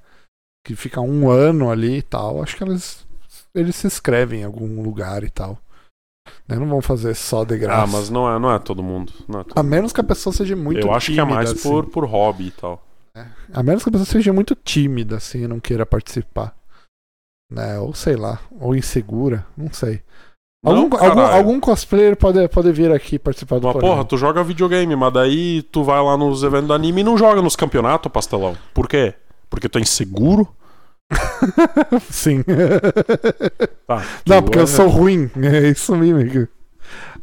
[SPEAKER 2] Que fica um ano ali e tal. Acho que eles, eles se inscrevem em algum lugar e tal. Né, Não vão fazer só de graça.
[SPEAKER 1] Ah, mas não é, não é todo mundo. Não é todo
[SPEAKER 2] A menos que a pessoa seja muito
[SPEAKER 1] Eu acho
[SPEAKER 2] tímida,
[SPEAKER 1] que é mais
[SPEAKER 2] assim.
[SPEAKER 1] por, por hobby e tal.
[SPEAKER 2] A menos que a pessoa seja muito tímida, assim, e não queira participar. Né? Ou sei lá, ou insegura, não sei. Algum,
[SPEAKER 1] não,
[SPEAKER 2] algum,
[SPEAKER 1] caralho.
[SPEAKER 2] algum cosplayer pode, pode vir aqui participar do
[SPEAKER 1] Mas
[SPEAKER 2] programa.
[SPEAKER 1] porra, tu joga videogame, mas daí tu vai lá nos eventos do anime e não joga nos campeonatos, pastelão. Por quê? Porque tu é inseguro?
[SPEAKER 2] Sim.
[SPEAKER 1] *laughs* Tá,
[SPEAKER 2] Não,
[SPEAKER 1] tu
[SPEAKER 2] porque
[SPEAKER 1] é-
[SPEAKER 2] eu sou ruim. *laughs* É isso mesmo. amigo.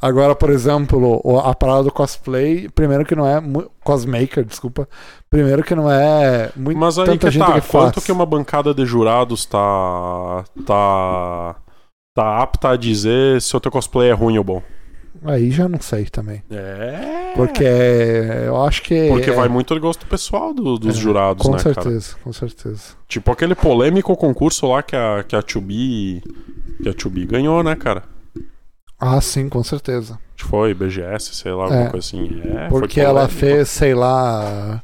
[SPEAKER 2] Agora, por exemplo, o- a parada do cosplay, primeiro que não é. mu- Cosmaker, desculpa. Primeiro que não é muito.
[SPEAKER 1] Mas aí
[SPEAKER 2] tanta
[SPEAKER 1] que
[SPEAKER 2] gente
[SPEAKER 1] tá,
[SPEAKER 2] que
[SPEAKER 1] quanto
[SPEAKER 2] faz.
[SPEAKER 1] que uma bancada de jurados tá. tá. tá apta a dizer se o teu cosplay é ruim ou bom?
[SPEAKER 2] Aí já não sei também.
[SPEAKER 1] É.
[SPEAKER 2] Porque é, eu acho que.
[SPEAKER 1] Porque
[SPEAKER 2] é,
[SPEAKER 1] vai muito de gosto pessoal do- dos
[SPEAKER 2] É,
[SPEAKER 1] jurados,
[SPEAKER 2] Com
[SPEAKER 1] né, cara?
[SPEAKER 2] certeza, com certeza.
[SPEAKER 1] Tipo aquele polêmico concurso lá que a, que a Chubi. que a Chubi ganhou, né, cara?
[SPEAKER 2] Ah, sim, com certeza.
[SPEAKER 1] Acho que Tipo, Foi, BGS, sei lá, alguma
[SPEAKER 2] É.
[SPEAKER 1] coisa assim. É, foi
[SPEAKER 2] Porque ela
[SPEAKER 1] polêmico.
[SPEAKER 2] fez, sei lá.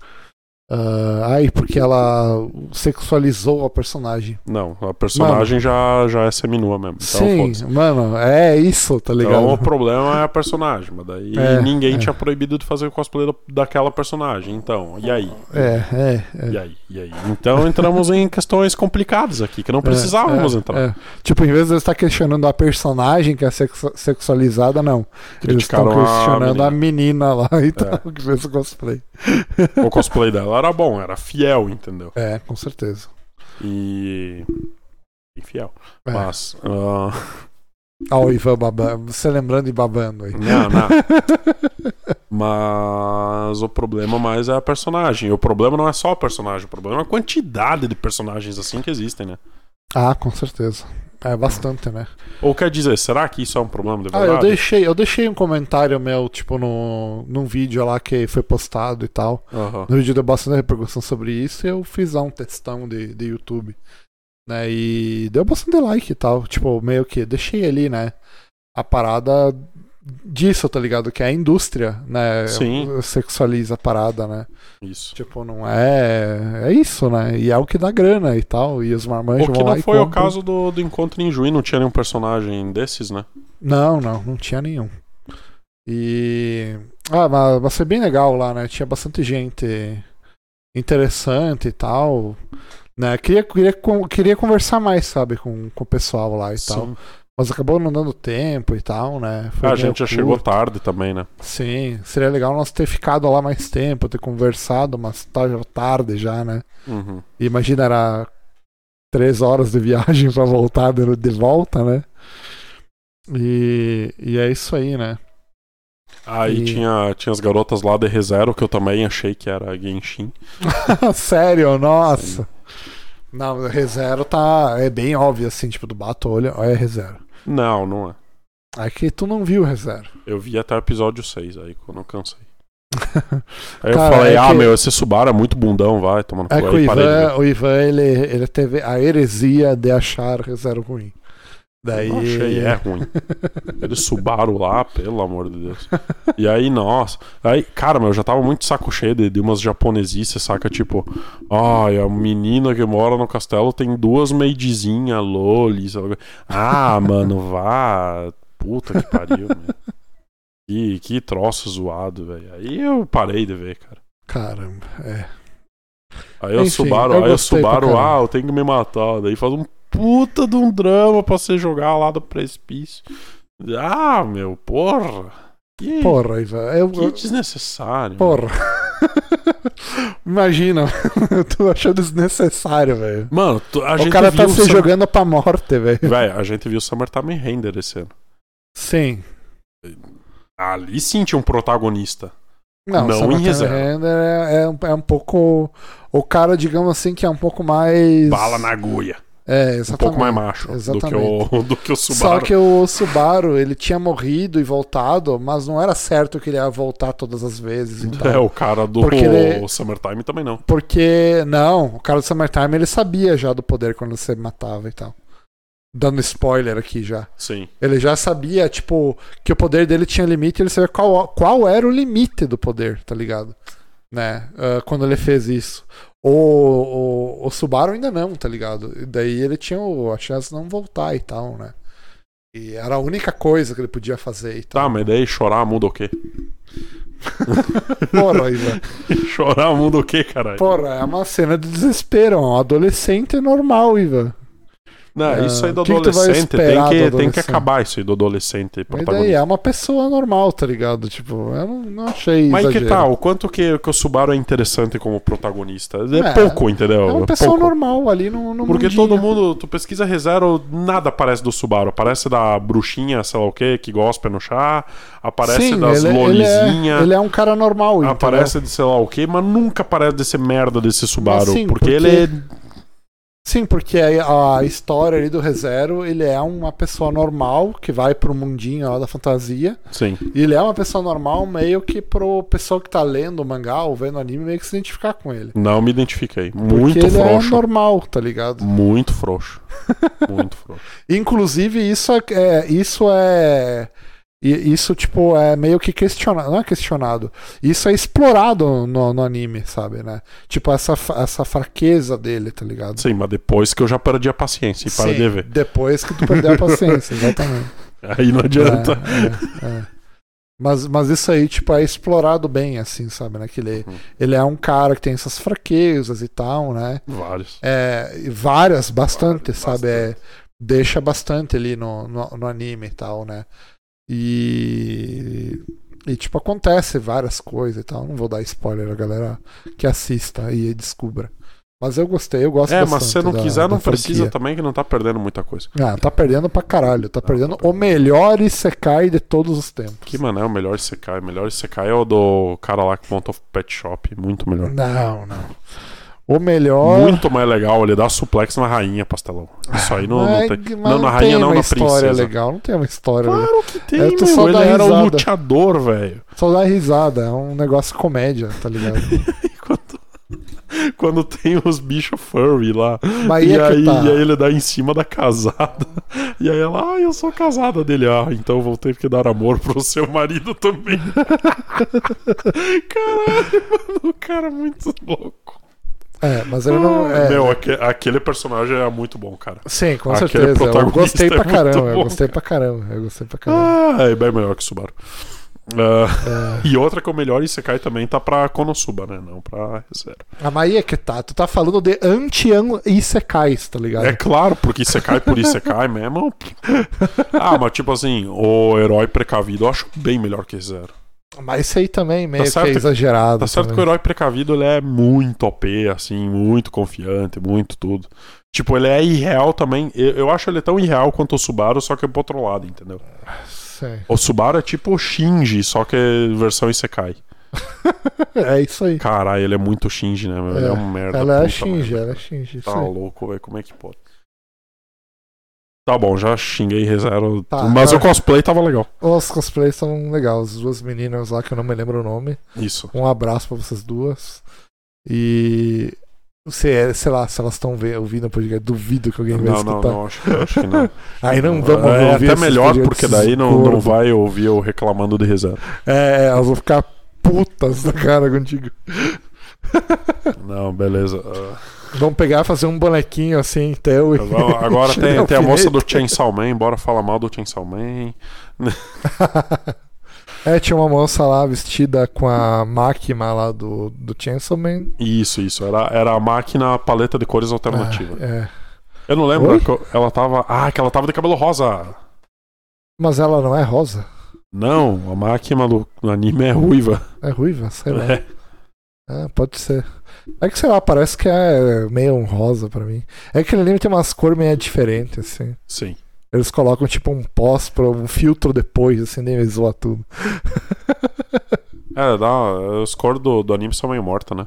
[SPEAKER 2] ah, ai, porque ela sexualizou a personagem.
[SPEAKER 1] Não, a personagem já, já é seminua mesmo. Então, foda-se.
[SPEAKER 2] Sim, mano, é isso, tá ligado?
[SPEAKER 1] Então o problema é a personagem, mas daí
[SPEAKER 2] É,
[SPEAKER 1] ninguém
[SPEAKER 2] é.
[SPEAKER 1] tinha proibido de fazer o cosplay da- daquela personagem. Então, e aí?
[SPEAKER 2] É, é, é.
[SPEAKER 1] E aí? E aí? Então entramos em questões complicadas aqui, que não precisávamos
[SPEAKER 2] É, é,
[SPEAKER 1] entrar.
[SPEAKER 2] é. Tipo, em vez de eles estar questionando a personagem que é sexu- sexualizada, não. Eles estão
[SPEAKER 1] Criticaram a É.
[SPEAKER 2] questionando a menina, lá *laughs* e tal, que fez o cosplay.
[SPEAKER 1] O cosplay dela era bom, era fiel, entendeu?
[SPEAKER 2] É, com certeza.
[SPEAKER 1] E. e fiel.
[SPEAKER 2] É.
[SPEAKER 1] Mas. ah, *laughs*
[SPEAKER 2] Ah, o Ivan babando. Você lembrando e babando
[SPEAKER 1] *laughs*
[SPEAKER 2] aí.
[SPEAKER 1] Não, não. Mas o problema mais é a personagem. E o problema não é só a personagem, o problema é a quantidade de personagens assim que existem, né?
[SPEAKER 2] Ah, com certeza. É bastante, né?
[SPEAKER 1] Ou quer dizer, será que isso é um problema de
[SPEAKER 2] Ah,
[SPEAKER 1] verdade?
[SPEAKER 2] eu deixei, eu deixei um comentário meu, tipo, no, num vídeo lá que foi postado e tal.
[SPEAKER 1] Aham.
[SPEAKER 2] No vídeo deu bastante repercussão sobre isso e eu fiz lá um textão de, de YouTube. Né, e deu bastante like e tal. Tipo, meio que deixei ali, né? A parada disso, tá ligado? Que é a indústria, né?
[SPEAKER 1] Sim.
[SPEAKER 2] Sexualiza a parada, né?
[SPEAKER 1] Isso.
[SPEAKER 2] Tipo, não é. É isso, né? E é o que dá grana e tal. E os marmanjos
[SPEAKER 1] O que
[SPEAKER 2] vão lá
[SPEAKER 1] não
[SPEAKER 2] e
[SPEAKER 1] foi o
[SPEAKER 2] compram.
[SPEAKER 1] caso do, do encontro em Juí, não tinha nenhum personagem desses, né?
[SPEAKER 2] Não, não, não tinha nenhum. E. Ah, mas, mas foi bem legal lá, né? Tinha bastante gente interessante e tal. Né? Queria, queria, con- queria conversar mais, sabe, com, com o pessoal lá e tal.
[SPEAKER 1] Sim.
[SPEAKER 2] Mas acabou não dando tempo e tal, né? Foi
[SPEAKER 1] Ah, a
[SPEAKER 2] meio
[SPEAKER 1] gente já
[SPEAKER 2] curto.
[SPEAKER 1] chegou tarde também, né?
[SPEAKER 2] Sim, seria legal nós ter ficado lá mais tempo, ter conversado, mas tá já tarde já, né?
[SPEAKER 1] Uhum.
[SPEAKER 2] E Imagina, era três horas de viagem pra voltar de, de volta, né? E, e é isso aí, né? *laughs*
[SPEAKER 1] Aí
[SPEAKER 2] E-
[SPEAKER 1] tinha, tinha as garotas lá de reserva, que eu também achei que era Genshin.
[SPEAKER 2] Sério, nossa. Não, o ReZero tá. É bem óbvio, assim, tipo, do bato o olho, ó, é ReZero.
[SPEAKER 1] Não, não é.
[SPEAKER 2] É que tu não viu o ReZero.
[SPEAKER 1] Eu vi até o episódio 6, aí quando eu
[SPEAKER 2] *laughs*
[SPEAKER 1] cansei. Aí eu
[SPEAKER 2] Cara,
[SPEAKER 1] falei,
[SPEAKER 2] é
[SPEAKER 1] ah,
[SPEAKER 2] que-
[SPEAKER 1] meu, esse Subaru é muito bundão, vai, tomando
[SPEAKER 2] É que o
[SPEAKER 1] aí parei né? de ver.
[SPEAKER 2] Ivan, o Ivan ele, ele teve a heresia de achar ReZero ruim. Daí.
[SPEAKER 1] Eu achei,
[SPEAKER 2] *laughs*
[SPEAKER 1] é ruim. Ele Subaru lá, pelo amor de Deus. E aí, nossa. Aí, cara, meu, eu já tava muito saco cheio de, de umas japonesices, saca? Tipo, ai, a menina que mora no castelo tem duas meidizinhas, lolis. sabe? Ah, *laughs* mano, vá. Puta que pariu, né? meu. Que, que troço zoado, velho. Aí eu parei de ver, cara.
[SPEAKER 2] Caramba, é.
[SPEAKER 1] Aí eu
[SPEAKER 2] Enfim,
[SPEAKER 1] Subaru,
[SPEAKER 2] eu
[SPEAKER 1] aí eu
[SPEAKER 2] gostei pra
[SPEAKER 1] Subaru,
[SPEAKER 2] caramba.
[SPEAKER 1] ah, eu tenho que me matar. Daí faz um puta de um drama pra você jogar lá do precipício. Ah, meu, porra. Que,
[SPEAKER 2] Porra, Ivan. Eu,
[SPEAKER 1] que desnecessário.
[SPEAKER 2] porra. *laughs* Imagina, eu tô achando desnecessário, velho.
[SPEAKER 1] Mano, tu- a
[SPEAKER 2] O
[SPEAKER 1] gente
[SPEAKER 2] cara
[SPEAKER 1] viu
[SPEAKER 2] tá se
[SPEAKER 1] Summer-
[SPEAKER 2] jogando pra morte, velho.
[SPEAKER 1] Véi, a gente viu o Summertime Render esse ano.
[SPEAKER 2] Sim.
[SPEAKER 1] Ali sim tinha um protagonista.
[SPEAKER 2] Não,
[SPEAKER 1] Não em
[SPEAKER 2] Summertime
[SPEAKER 1] reserva.
[SPEAKER 2] Render é, é um, é um pouco. O cara, digamos assim, que é um pouco mais.
[SPEAKER 1] Bala na agulha.
[SPEAKER 2] É,
[SPEAKER 1] Um
[SPEAKER 2] exatamente.
[SPEAKER 1] pouco mais macho do que o, do que o Subaru.
[SPEAKER 2] Só que o Subaru, ele tinha morrido e voltado, mas não era certo que ele ia voltar todas as vezes.
[SPEAKER 1] *laughs*
[SPEAKER 2] Então.
[SPEAKER 1] É, o cara do
[SPEAKER 2] Porque ele- é-
[SPEAKER 1] Summertime também não.
[SPEAKER 2] Porque, não, o cara do Summertime ele sabia já do poder quando você matava e tal. Dando spoiler aqui já.
[SPEAKER 1] Sim.
[SPEAKER 2] Ele já sabia, tipo, que o poder dele tinha limite, ele sabia qual, qual era o limite do poder, tá ligado? Né? Ah, quando ele fez isso. O, o, o Subaru ainda não, tá ligado? E daí ele tinha o- a chance de não voltar e tal, né? E era a única coisa que ele podia fazer e
[SPEAKER 1] Tá,
[SPEAKER 2] tal.
[SPEAKER 1] mas daí chorar muda o quê? *laughs*
[SPEAKER 2] Porra, Ivan.
[SPEAKER 1] chorar muda o quê, caralho?
[SPEAKER 2] Porra, é uma cena de desespero. é Um adolescente normal, Ivan.
[SPEAKER 1] Não, isso aí do
[SPEAKER 2] Ah, o que que tu vai
[SPEAKER 1] adolescente, tem, que,
[SPEAKER 2] esperar do
[SPEAKER 1] tem que
[SPEAKER 2] adolescente?
[SPEAKER 1] acabar isso aí do adolescente
[SPEAKER 2] Mas daí
[SPEAKER 1] protagonista.
[SPEAKER 2] é uma pessoa normal, tá ligado? Tipo, eu não, não achei
[SPEAKER 1] Mas aí que
[SPEAKER 2] exagero.
[SPEAKER 1] tal? O quanto que, que o Subaru é interessante como protagonista? É,
[SPEAKER 2] É,
[SPEAKER 1] pouco, entendeu?
[SPEAKER 2] É uma pessoa
[SPEAKER 1] Um pouco.
[SPEAKER 2] normal ali no, no
[SPEAKER 1] Porque
[SPEAKER 2] mundinho.
[SPEAKER 1] todo mundo, tu pesquisa ReZero, nada aparece do Subaru. Aparece da bruxinha, sei lá o que, que gosta no chá. Aparece
[SPEAKER 2] Sim,
[SPEAKER 1] das
[SPEAKER 2] ele, ele
[SPEAKER 1] lolizinhas.
[SPEAKER 2] é, ele é um cara normal, entendeu?
[SPEAKER 1] aparece de sei lá o que, mas nunca aparece desse merda desse Subaru.
[SPEAKER 2] Mas sim,
[SPEAKER 1] porque,
[SPEAKER 2] porque-
[SPEAKER 1] ele é.
[SPEAKER 2] Sim, porque a, a história ali do ReZero, ele é uma pessoa normal que vai pro mundinho lá da fantasia.
[SPEAKER 1] Sim.
[SPEAKER 2] E ele é uma pessoa normal meio que pro pessoal que tá lendo o mangá ou vendo anime meio que se identificar com ele.
[SPEAKER 1] Não me identifiquei.
[SPEAKER 2] Porque
[SPEAKER 1] Muito
[SPEAKER 2] ele é
[SPEAKER 1] frouxo.
[SPEAKER 2] normal, tá ligado?
[SPEAKER 1] Muito frouxo. *laughs* Muito frouxo.
[SPEAKER 2] Inclusive, isso é. é- isso é. e- Isso, tipo, é meio que questionado. Não é questionado. Isso é explorado no, no anime, sabe, né? Tipo, essa, fa- essa fraqueza dele, tá ligado?
[SPEAKER 1] Sim, mas depois que eu já perdi a paciência e parei
[SPEAKER 2] Sim,
[SPEAKER 1] de ver.
[SPEAKER 2] Depois que
[SPEAKER 1] *laughs*
[SPEAKER 2] tu perder a paciência, exatamente.
[SPEAKER 1] Aí não adianta.
[SPEAKER 2] É, é, é. Mas, mas isso aí, tipo, é explorado bem, assim, sabe, né? Que ele,
[SPEAKER 1] Uhum.
[SPEAKER 2] ele é um cara que tem essas fraquezas e tal, né?
[SPEAKER 1] Vários.
[SPEAKER 2] É, e várias, bastante,
[SPEAKER 1] Várias,
[SPEAKER 2] sabe? É, deixa bastante ali no, no, no anime e tal, né? E. E, tipo, acontece várias coisas e tal. Não vou dar spoiler a galera que assista e descubra. Mas eu gostei, eu gosto
[SPEAKER 1] É, mas
[SPEAKER 2] bastante
[SPEAKER 1] se não
[SPEAKER 2] da-
[SPEAKER 1] quiser,
[SPEAKER 2] da
[SPEAKER 1] não precisa
[SPEAKER 2] franquia.
[SPEAKER 1] também, que não tá perdendo muita coisa.
[SPEAKER 2] Ah, tá perdendo pra caralho. Tá
[SPEAKER 1] Não,
[SPEAKER 2] perdendo
[SPEAKER 1] tá
[SPEAKER 2] o
[SPEAKER 1] perdendo.
[SPEAKER 2] melhor Isekai de todos os tempos.
[SPEAKER 1] Que, mano, é o melhor Sekai. O melhor Sekai é o do cara lá que monta o pet shop. Muito melhor.
[SPEAKER 2] Não, não. O melhor.
[SPEAKER 1] Muito mais legal. Ele dá suplex na rainha, pastelão. Isso aí não, não
[SPEAKER 2] Ai,
[SPEAKER 1] tem.
[SPEAKER 2] é mas
[SPEAKER 1] não, na rainha, não,
[SPEAKER 2] uma
[SPEAKER 1] na
[SPEAKER 2] história
[SPEAKER 1] princesa.
[SPEAKER 2] legal. Não tem uma história legal.
[SPEAKER 1] Claro que tem,
[SPEAKER 2] É, tu só
[SPEAKER 1] meu. Ele
[SPEAKER 2] dá
[SPEAKER 1] era um
[SPEAKER 2] risada.
[SPEAKER 1] luteador, velho. *laughs*
[SPEAKER 2] Só dá risada. É um negócio comédia, tá ligado?
[SPEAKER 1] E Quando... Quando tem os bichos furry lá.
[SPEAKER 2] Mas aí
[SPEAKER 1] e,
[SPEAKER 2] é que
[SPEAKER 1] aí,
[SPEAKER 2] tá.
[SPEAKER 1] e aí ele dá em cima da casada. *laughs* E aí ela, ah, eu sou casada dele. Ah, então vou ter que dar amor pro seu marido também. *laughs* Caralho, mano, o cara é muito louco.
[SPEAKER 2] É, mas eu não.
[SPEAKER 1] Ah,
[SPEAKER 2] é,
[SPEAKER 1] Meu, aque- aquele personagem é muito bom, cara.
[SPEAKER 2] Sim, com
[SPEAKER 1] aquele
[SPEAKER 2] certeza. Eu
[SPEAKER 1] protagonista
[SPEAKER 2] gostei
[SPEAKER 1] é
[SPEAKER 2] pra
[SPEAKER 1] muito
[SPEAKER 2] caramba.
[SPEAKER 1] bom,
[SPEAKER 2] eu gostei pra caramba. Eu gostei pra caramba.
[SPEAKER 1] Ah, é bem melhor que Subaru. Ah, *laughs*
[SPEAKER 2] É.
[SPEAKER 1] E outra que é o melhor Isekai também tá pra Konosuba, né? Não pra Zero.
[SPEAKER 2] Ah, mas aí é que tá. Tu tá falando de anti-isekais, tá ligado?
[SPEAKER 1] É claro, porque Isekai por Isekai
[SPEAKER 2] *laughs*
[SPEAKER 1] mesmo. Ah, mas tipo assim, o herói precavido eu acho bem melhor que Zero.
[SPEAKER 2] Mas isso aí também meio
[SPEAKER 1] certo
[SPEAKER 2] que é
[SPEAKER 1] que-
[SPEAKER 2] exagerado.
[SPEAKER 1] Tá certo que o
[SPEAKER 2] também.
[SPEAKER 1] herói precavido ele é muito OP, assim, muito confiante, muito tudo. Tipo, ele é irreal também. Eu, eu acho ele tão irreal quanto o Subaru, só que é pro outro lado, entendeu?
[SPEAKER 2] Sim. *laughs*
[SPEAKER 1] O Subaru é tipo o Shinji, só que é versão Isekai.
[SPEAKER 2] É isso aí.
[SPEAKER 1] Caralho, ele é muito Shinji, né, meu? Ele é,
[SPEAKER 2] É,
[SPEAKER 1] um merda.
[SPEAKER 2] Ela é
[SPEAKER 1] puta
[SPEAKER 2] Shinji,
[SPEAKER 1] merda.
[SPEAKER 2] ela é Shinji. isso
[SPEAKER 1] Tá
[SPEAKER 2] aí.
[SPEAKER 1] louco, velho, como é que pode? Tá bom, já xinguei ReZero.
[SPEAKER 2] Tá,
[SPEAKER 1] mas
[SPEAKER 2] tá.
[SPEAKER 1] o cosplay tava legal.
[SPEAKER 2] Os cosplays são legais. As duas meninas lá que eu não me lembro o nome.
[SPEAKER 1] Isso.
[SPEAKER 2] Um abraço pra vocês duas. E. Se, sei lá, se elas estão ouvindo o podcast, duvido que alguém vai
[SPEAKER 1] Não, não,
[SPEAKER 2] escutar.
[SPEAKER 1] não, acho que, acho que não.
[SPEAKER 2] *laughs* Aí não vamos
[SPEAKER 1] é
[SPEAKER 2] ouvir
[SPEAKER 1] até
[SPEAKER 2] esses
[SPEAKER 1] melhor,
[SPEAKER 2] podcasts
[SPEAKER 1] porque daí não, não
[SPEAKER 2] gordos.
[SPEAKER 1] vai ouvir eu reclamando de ReZero.
[SPEAKER 2] É, elas vão ficar putas da cara contigo.
[SPEAKER 1] Não, beleza. Ah,
[SPEAKER 2] Vão pegar, fazer um bonequinho assim, teu e.
[SPEAKER 1] agora-
[SPEAKER 2] *laughs*
[SPEAKER 1] agora
[SPEAKER 2] Tira
[SPEAKER 1] tem,
[SPEAKER 2] o
[SPEAKER 1] tem a moça do
[SPEAKER 2] é alfinete.
[SPEAKER 1] Chainsaw Man, bora falar mal do Chainsaw Man.
[SPEAKER 2] *laughs* é, tinha uma moça lá vestida com a máquina lá do, do Chainsaw Man.
[SPEAKER 1] Tá Isso, isso. Era, era a máquina paleta de cores alternativa.
[SPEAKER 2] Ah, é.
[SPEAKER 1] Eu não lembro.
[SPEAKER 2] Oi?
[SPEAKER 1] que eu- Ela tava. Ah, que ela tava de cabelo rosa.
[SPEAKER 2] Mas ela não é rosa.
[SPEAKER 1] Não, a máquina do no anime é ruiva.
[SPEAKER 2] É ruiva,
[SPEAKER 1] *laughs*
[SPEAKER 2] sei lá.
[SPEAKER 1] É.
[SPEAKER 2] É, pode ser. É que sei lá, parece que é meio um rosa pra mim. É que aquele anime tem umas cores meio diferentes, assim.
[SPEAKER 1] Sim.
[SPEAKER 2] Eles colocam tipo um pós pra um filtro depois, assim, daí
[SPEAKER 1] *laughs*
[SPEAKER 2] zoa tudo.
[SPEAKER 1] É, dá, os cores do, do anime são meio mortas, né?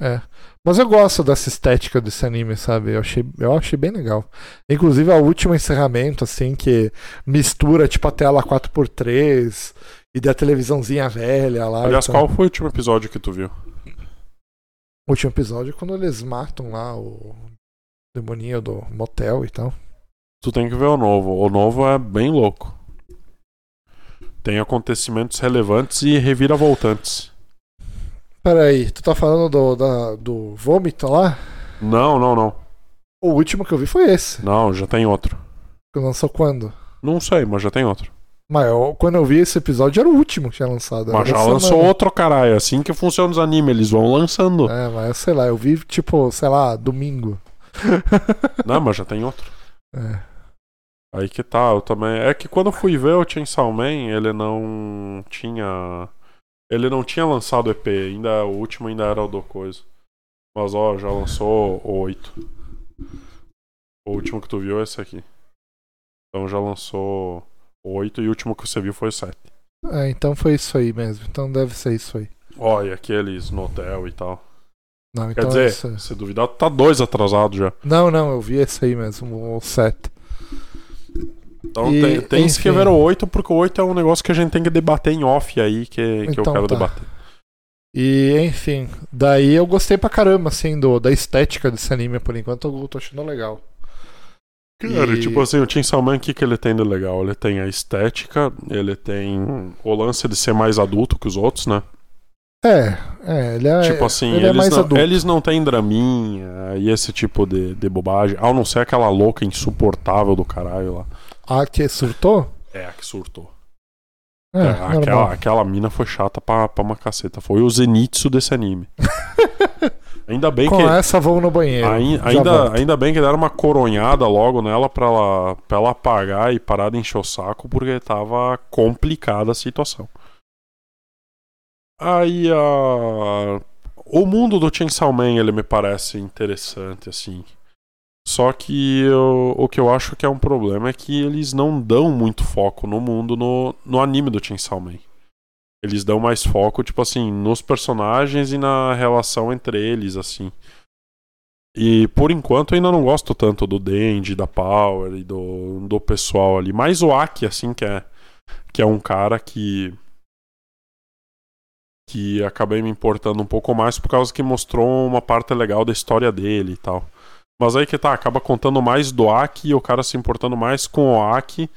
[SPEAKER 2] É, é. Mas eu gosto dessa estética desse anime, sabe? Eu achei, eu achei bem legal. Inclusive, é o último encerramento, assim, que mistura, tipo, a tela 4x3 e da televisãozinha velha lá.
[SPEAKER 1] Aliás,
[SPEAKER 2] então.
[SPEAKER 1] qual foi o último episódio que tu viu?
[SPEAKER 2] O último episódio é quando eles matam lá o demoninho do motel e tal.
[SPEAKER 1] Tu tem que ver o novo. O novo é bem louco. Tem acontecimentos relevantes e reviravoltantes.
[SPEAKER 2] Peraí, tu tá falando do, da- do vômito lá?
[SPEAKER 1] Não, não, não.
[SPEAKER 2] O último que eu vi foi esse.
[SPEAKER 1] Não, já tem outro.
[SPEAKER 2] Que lançou quando?
[SPEAKER 1] Não sei, mas já tem outro.
[SPEAKER 2] Mas eu- quando eu vi esse episódio era o último que tinha lançado. era
[SPEAKER 1] Mas já
[SPEAKER 2] essa
[SPEAKER 1] lançou
[SPEAKER 2] semana.
[SPEAKER 1] outro, caralho. Assim que funciona os animes, eles vão lançando.
[SPEAKER 2] É, mas sei lá, eu vi tipo, sei
[SPEAKER 1] *laughs*
[SPEAKER 2] lá, domingo.
[SPEAKER 1] Não, mas já tem outro.
[SPEAKER 2] É.
[SPEAKER 1] Aí que tá, eu também. É que quando eu fui ver o Chainsaw Man, ele não tinha. Ele não tinha lançado o EP, ainda, o último ainda era o do Coisa. Mas ó, já lançou o 8. O último que tu viu é esse aqui. Então já lançou o 8 e o último que você viu foi o 7.
[SPEAKER 2] É, então foi isso aí mesmo. Então deve ser isso aí.
[SPEAKER 1] Ó, e aqueles no hotel e tal.
[SPEAKER 2] Não,
[SPEAKER 1] Quer
[SPEAKER 2] então é isso.
[SPEAKER 1] dizer, se duvidar, tu tá dois atrasado já.
[SPEAKER 2] Não, não, eu vi esse aí mesmo, o set.
[SPEAKER 1] Então
[SPEAKER 2] E,
[SPEAKER 1] tem, tem
[SPEAKER 2] enfim.
[SPEAKER 1] que ver o 8, porque o 8 é um negócio que a gente tem que debater em off aí, que, que
[SPEAKER 2] Então
[SPEAKER 1] eu quero
[SPEAKER 2] tá.
[SPEAKER 1] debater.
[SPEAKER 2] E enfim, daí eu gostei pra caramba, assim, do, da estética desse anime por enquanto, eu tô achando legal.
[SPEAKER 1] Cara,
[SPEAKER 2] E-
[SPEAKER 1] tipo assim, o Chainsaw Man, o que, que ele tem de legal? Ele tem a estética, ele tem o lance de ser mais adulto que os outros, né?
[SPEAKER 2] É, é, ele é.
[SPEAKER 1] tipo assim,
[SPEAKER 2] ele é
[SPEAKER 1] eles,
[SPEAKER 2] mais
[SPEAKER 1] não,
[SPEAKER 2] adulto.
[SPEAKER 1] eles não têm draminha e esse tipo de, de bobagem, ao não ser aquela louca insuportável do caralho lá.
[SPEAKER 2] Ah, que surtou?
[SPEAKER 1] É, a que surtou.
[SPEAKER 2] É,
[SPEAKER 1] É,
[SPEAKER 2] normal.
[SPEAKER 1] aquela, aquela mina foi chata pra, pra uma caceta. Foi o Zenitsu desse
[SPEAKER 2] *laughs*
[SPEAKER 1] anime. Ainda bem
[SPEAKER 2] Com
[SPEAKER 1] que.
[SPEAKER 2] essa vou no banheiro.
[SPEAKER 1] Ai-
[SPEAKER 2] Já
[SPEAKER 1] ainda,
[SPEAKER 2] volto.
[SPEAKER 1] ainda bem que deram uma coronhada logo nela pra ela, pra ela apagar e parar de encher o saco, porque tava complicada a situação. Aí a... o mundo do Chainsaw Man ele me parece interessante assim. Só que eu- o que eu acho que é um problema é que eles não dão muito foco no mundo no, no anime do Chainsaw Man. Eles dão mais foco, tipo assim, nos personagens e na relação entre eles, assim. E por enquanto eu ainda não gosto tanto do Dendi, da Power e do, do pessoal ali. Mas o Aki, assim, que é, que é um cara que. que acabei me importando um pouco mais por causa que mostrou uma parte legal da história dele e tal. Mas aí que tá, acaba contando mais do Aki e o cara se importando mais com o Aki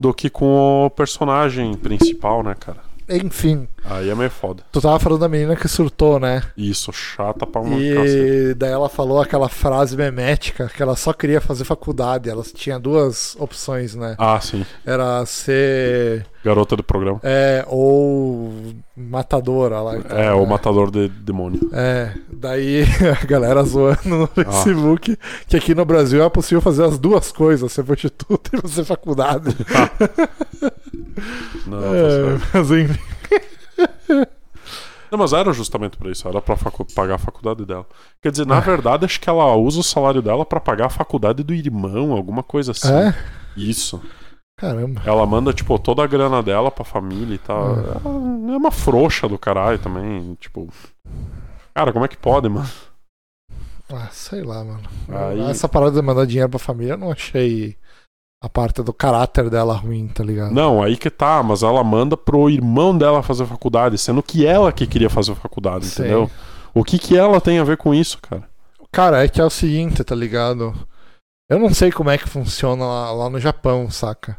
[SPEAKER 1] do que com o personagem principal, né, cara?
[SPEAKER 2] Enfim,
[SPEAKER 1] Aí é meio foda.
[SPEAKER 2] tu tava falando da menina que surtou, né?
[SPEAKER 1] Isso, chata pra uma cacete.
[SPEAKER 2] E daí ela falou aquela frase memética que ela só queria fazer faculdade. Ela tinha duas opções, né?
[SPEAKER 1] Ah, sim.
[SPEAKER 2] Era ser.
[SPEAKER 1] Garota do programa.
[SPEAKER 2] É, ou matadora lá. e tal,
[SPEAKER 1] É, o
[SPEAKER 2] né?
[SPEAKER 1] matador de demônio.
[SPEAKER 2] É, daí *laughs* a galera zoando no
[SPEAKER 1] Ah.
[SPEAKER 2] Facebook que aqui no Brasil é possível fazer as duas coisas, ser prostituta *laughs* e fazer faculdade.
[SPEAKER 1] Não, tá
[SPEAKER 2] É,
[SPEAKER 1] certo.
[SPEAKER 2] mas enfim.
[SPEAKER 1] Não, mas era justamente pra isso, era pra facu- pagar a faculdade dela. Quer dizer,
[SPEAKER 2] É.
[SPEAKER 1] na verdade, acho que ela usa o salário dela pra pagar a faculdade do irmão, alguma coisa assim.
[SPEAKER 2] É?
[SPEAKER 1] Isso.
[SPEAKER 2] Caramba.
[SPEAKER 1] Ela manda, tipo, toda a grana dela pra família e tal. Ela é uma frouxa do caralho também. Tipo. Cara, como é que pode, mano?
[SPEAKER 2] Ah, sei lá, mano.
[SPEAKER 1] Aí-
[SPEAKER 2] Essa parada de mandar dinheiro pra família, eu não achei a parte do caráter dela ruim, tá ligado?
[SPEAKER 1] Não, aí que tá, mas ela manda pro irmão dela fazer faculdade, sendo que ela que queria fazer faculdade,
[SPEAKER 2] Sim.
[SPEAKER 1] entendeu? O que que ela tem a ver com isso, cara?
[SPEAKER 2] Cara, é que é o seguinte, tá ligado? Eu não sei como é que funciona lá, lá no Japão, saca?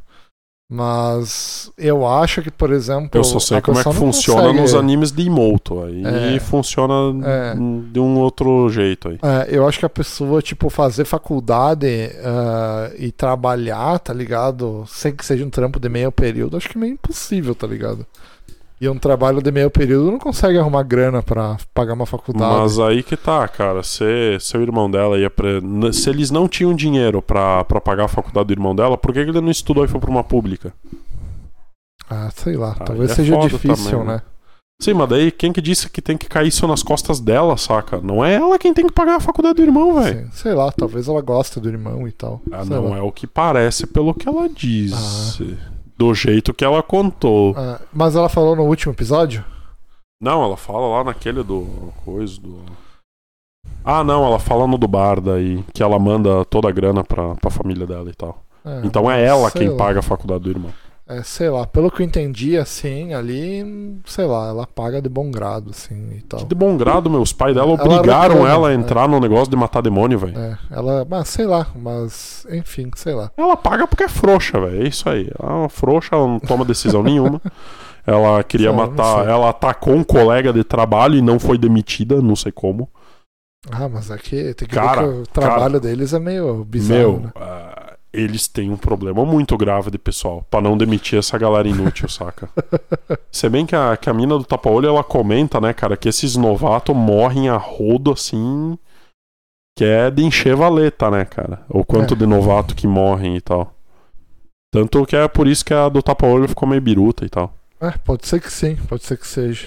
[SPEAKER 2] Mas eu acho que, por exemplo.
[SPEAKER 1] Eu só sei
[SPEAKER 2] Então, a
[SPEAKER 1] como é que
[SPEAKER 2] pessoa não
[SPEAKER 1] funciona nos
[SPEAKER 2] consegue-
[SPEAKER 1] animes de Imoto. Aí
[SPEAKER 2] É.
[SPEAKER 1] funciona
[SPEAKER 2] É.
[SPEAKER 1] de um outro jeito aí.
[SPEAKER 2] É, eu acho que a pessoa, tipo, fazer faculdade ah, e é trabalhar, tá ligado? Sem que seja um trampo de meio período, acho que é meio impossível, tá ligado? e um trabalho de meio período não consegue arrumar grana pra pagar uma faculdade.
[SPEAKER 1] Mas aí que tá, cara. Se seu irmão dela ia pra. n- Se eles não tinham dinheiro pra, pra pagar a faculdade do irmão dela, por que que ele não estudou e foi pra uma pública?
[SPEAKER 2] Ah, sei lá.
[SPEAKER 1] Aí
[SPEAKER 2] Talvez
[SPEAKER 1] é
[SPEAKER 2] seja
[SPEAKER 1] foda
[SPEAKER 2] difícil,
[SPEAKER 1] também,
[SPEAKER 2] né?
[SPEAKER 1] Sim, mas daí quem que disse que tem que cair isso nas costas dela, saca? Não é ela quem tem que pagar a faculdade do irmão, velho.
[SPEAKER 2] Sim, sei lá, talvez ela goste do irmão e tal.
[SPEAKER 1] Ah,
[SPEAKER 2] sei
[SPEAKER 1] não
[SPEAKER 2] lá. Ah.
[SPEAKER 1] é o que parece pelo que ela diz. Do jeito que ela contou.
[SPEAKER 2] Ah, mas ela falou no último episódio?
[SPEAKER 1] Não, ela fala lá naquele do. coisa do. Ah, não, ela fala no do bar daí, que ela manda toda a grana pra, pra família dela e tal.
[SPEAKER 2] É,
[SPEAKER 1] então é ela
[SPEAKER 2] sei
[SPEAKER 1] quem
[SPEAKER 2] lá.
[SPEAKER 1] paga a faculdade do irmão.
[SPEAKER 2] É, sei lá, pelo que eu entendi, assim, ali, sei lá, ela paga de bom grado, assim, e
[SPEAKER 1] Que
[SPEAKER 2] tal.
[SPEAKER 1] de bom grado, meus pais dela
[SPEAKER 2] Ela
[SPEAKER 1] obrigaram
[SPEAKER 2] reclama,
[SPEAKER 1] ela a
[SPEAKER 2] é.
[SPEAKER 1] entrar no negócio de matar demônio, velho.
[SPEAKER 2] É, ela, mas sei lá, mas enfim, sei lá.
[SPEAKER 1] Ela paga porque é frouxa, velho. É isso aí. Ela é uma frouxa, ela não toma decisão
[SPEAKER 2] *laughs*
[SPEAKER 1] nenhuma. Ela queria
[SPEAKER 2] Sei lá, não
[SPEAKER 1] matar.
[SPEAKER 2] sei.
[SPEAKER 1] Ela atacou um colega de trabalho e não foi demitida, não sei como.
[SPEAKER 2] Ah, mas aqui tem que
[SPEAKER 1] Cara,
[SPEAKER 2] ver que o trabalho deles é meio bizarro.
[SPEAKER 1] Meu,
[SPEAKER 2] né?
[SPEAKER 1] ah, eles têm um problema muito grave de pessoal pra não demitir essa galera
[SPEAKER 2] *laughs*
[SPEAKER 1] inútil, saca? Se bem que a, que a mina do tapa-olho ela comenta, né, cara, que esses novatos morrem a rodo assim. Que é de encher valeta, né, cara? O quanto
[SPEAKER 2] É.
[SPEAKER 1] de novato que morrem e tal. Tanto que é por isso que a do tapa-olho ficou meio biruta e tal.
[SPEAKER 2] É, pode ser que sim, pode ser que seja.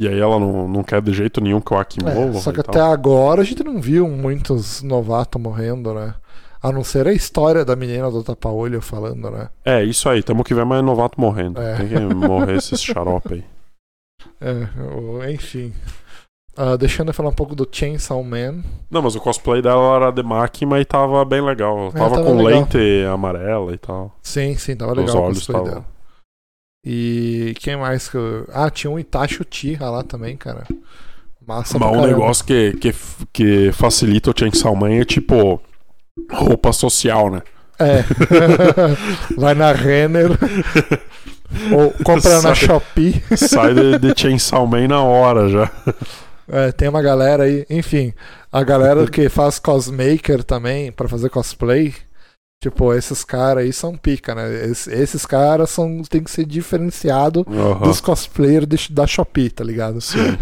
[SPEAKER 1] E aí ela não, não quer de jeito nenhum que então. o Aki
[SPEAKER 2] É,
[SPEAKER 1] morra.
[SPEAKER 2] só
[SPEAKER 1] e
[SPEAKER 2] que
[SPEAKER 1] tal.
[SPEAKER 2] até agora a gente não viu muitos novatos morrendo, né? A não ser a história da menina do tapa-olho falando, né?
[SPEAKER 1] É, isso aí. Tamo que ver mais novato morrendo.
[SPEAKER 2] É.
[SPEAKER 1] Tem que morrer esses xarope aí.
[SPEAKER 2] É, o- enfim. Ah, deixando eu falar um pouco do Chainsaw Man.
[SPEAKER 1] Não, mas o cosplay dela era de máquina e tava bem legal.
[SPEAKER 2] É,
[SPEAKER 1] Tava,
[SPEAKER 2] tava
[SPEAKER 1] com
[SPEAKER 2] legal.
[SPEAKER 1] lente amarela e tal.
[SPEAKER 2] Sim, sim, tava
[SPEAKER 1] Os
[SPEAKER 2] legal o
[SPEAKER 1] olhos
[SPEAKER 2] cosplay
[SPEAKER 1] estavam.
[SPEAKER 2] dela. E quem mais que eu... Ah, tinha um Itachi Uchiha lá também, cara. Massa é pra
[SPEAKER 1] Mas um
[SPEAKER 2] caramba.
[SPEAKER 1] negócio que, que, que facilita o Chainsaw Man é tipo roupa social, né?
[SPEAKER 2] É. *laughs* Vai na Renner. *laughs*
[SPEAKER 1] *laughs*
[SPEAKER 2] Ou compra na
[SPEAKER 1] Sabe?
[SPEAKER 2] Shopee.
[SPEAKER 1] *laughs* Sai de, de Chainsaw Man na hora já.
[SPEAKER 2] É, tem uma galera aí, enfim, a galera que faz cosmaker também pra fazer cosplay. Tipo, esses caras aí são pica, né? Es- esses caras são tem que ser diferenciado
[SPEAKER 1] Aham.
[SPEAKER 2] dos cosplayers de- da Shopee, tá ligado?
[SPEAKER 1] Sim.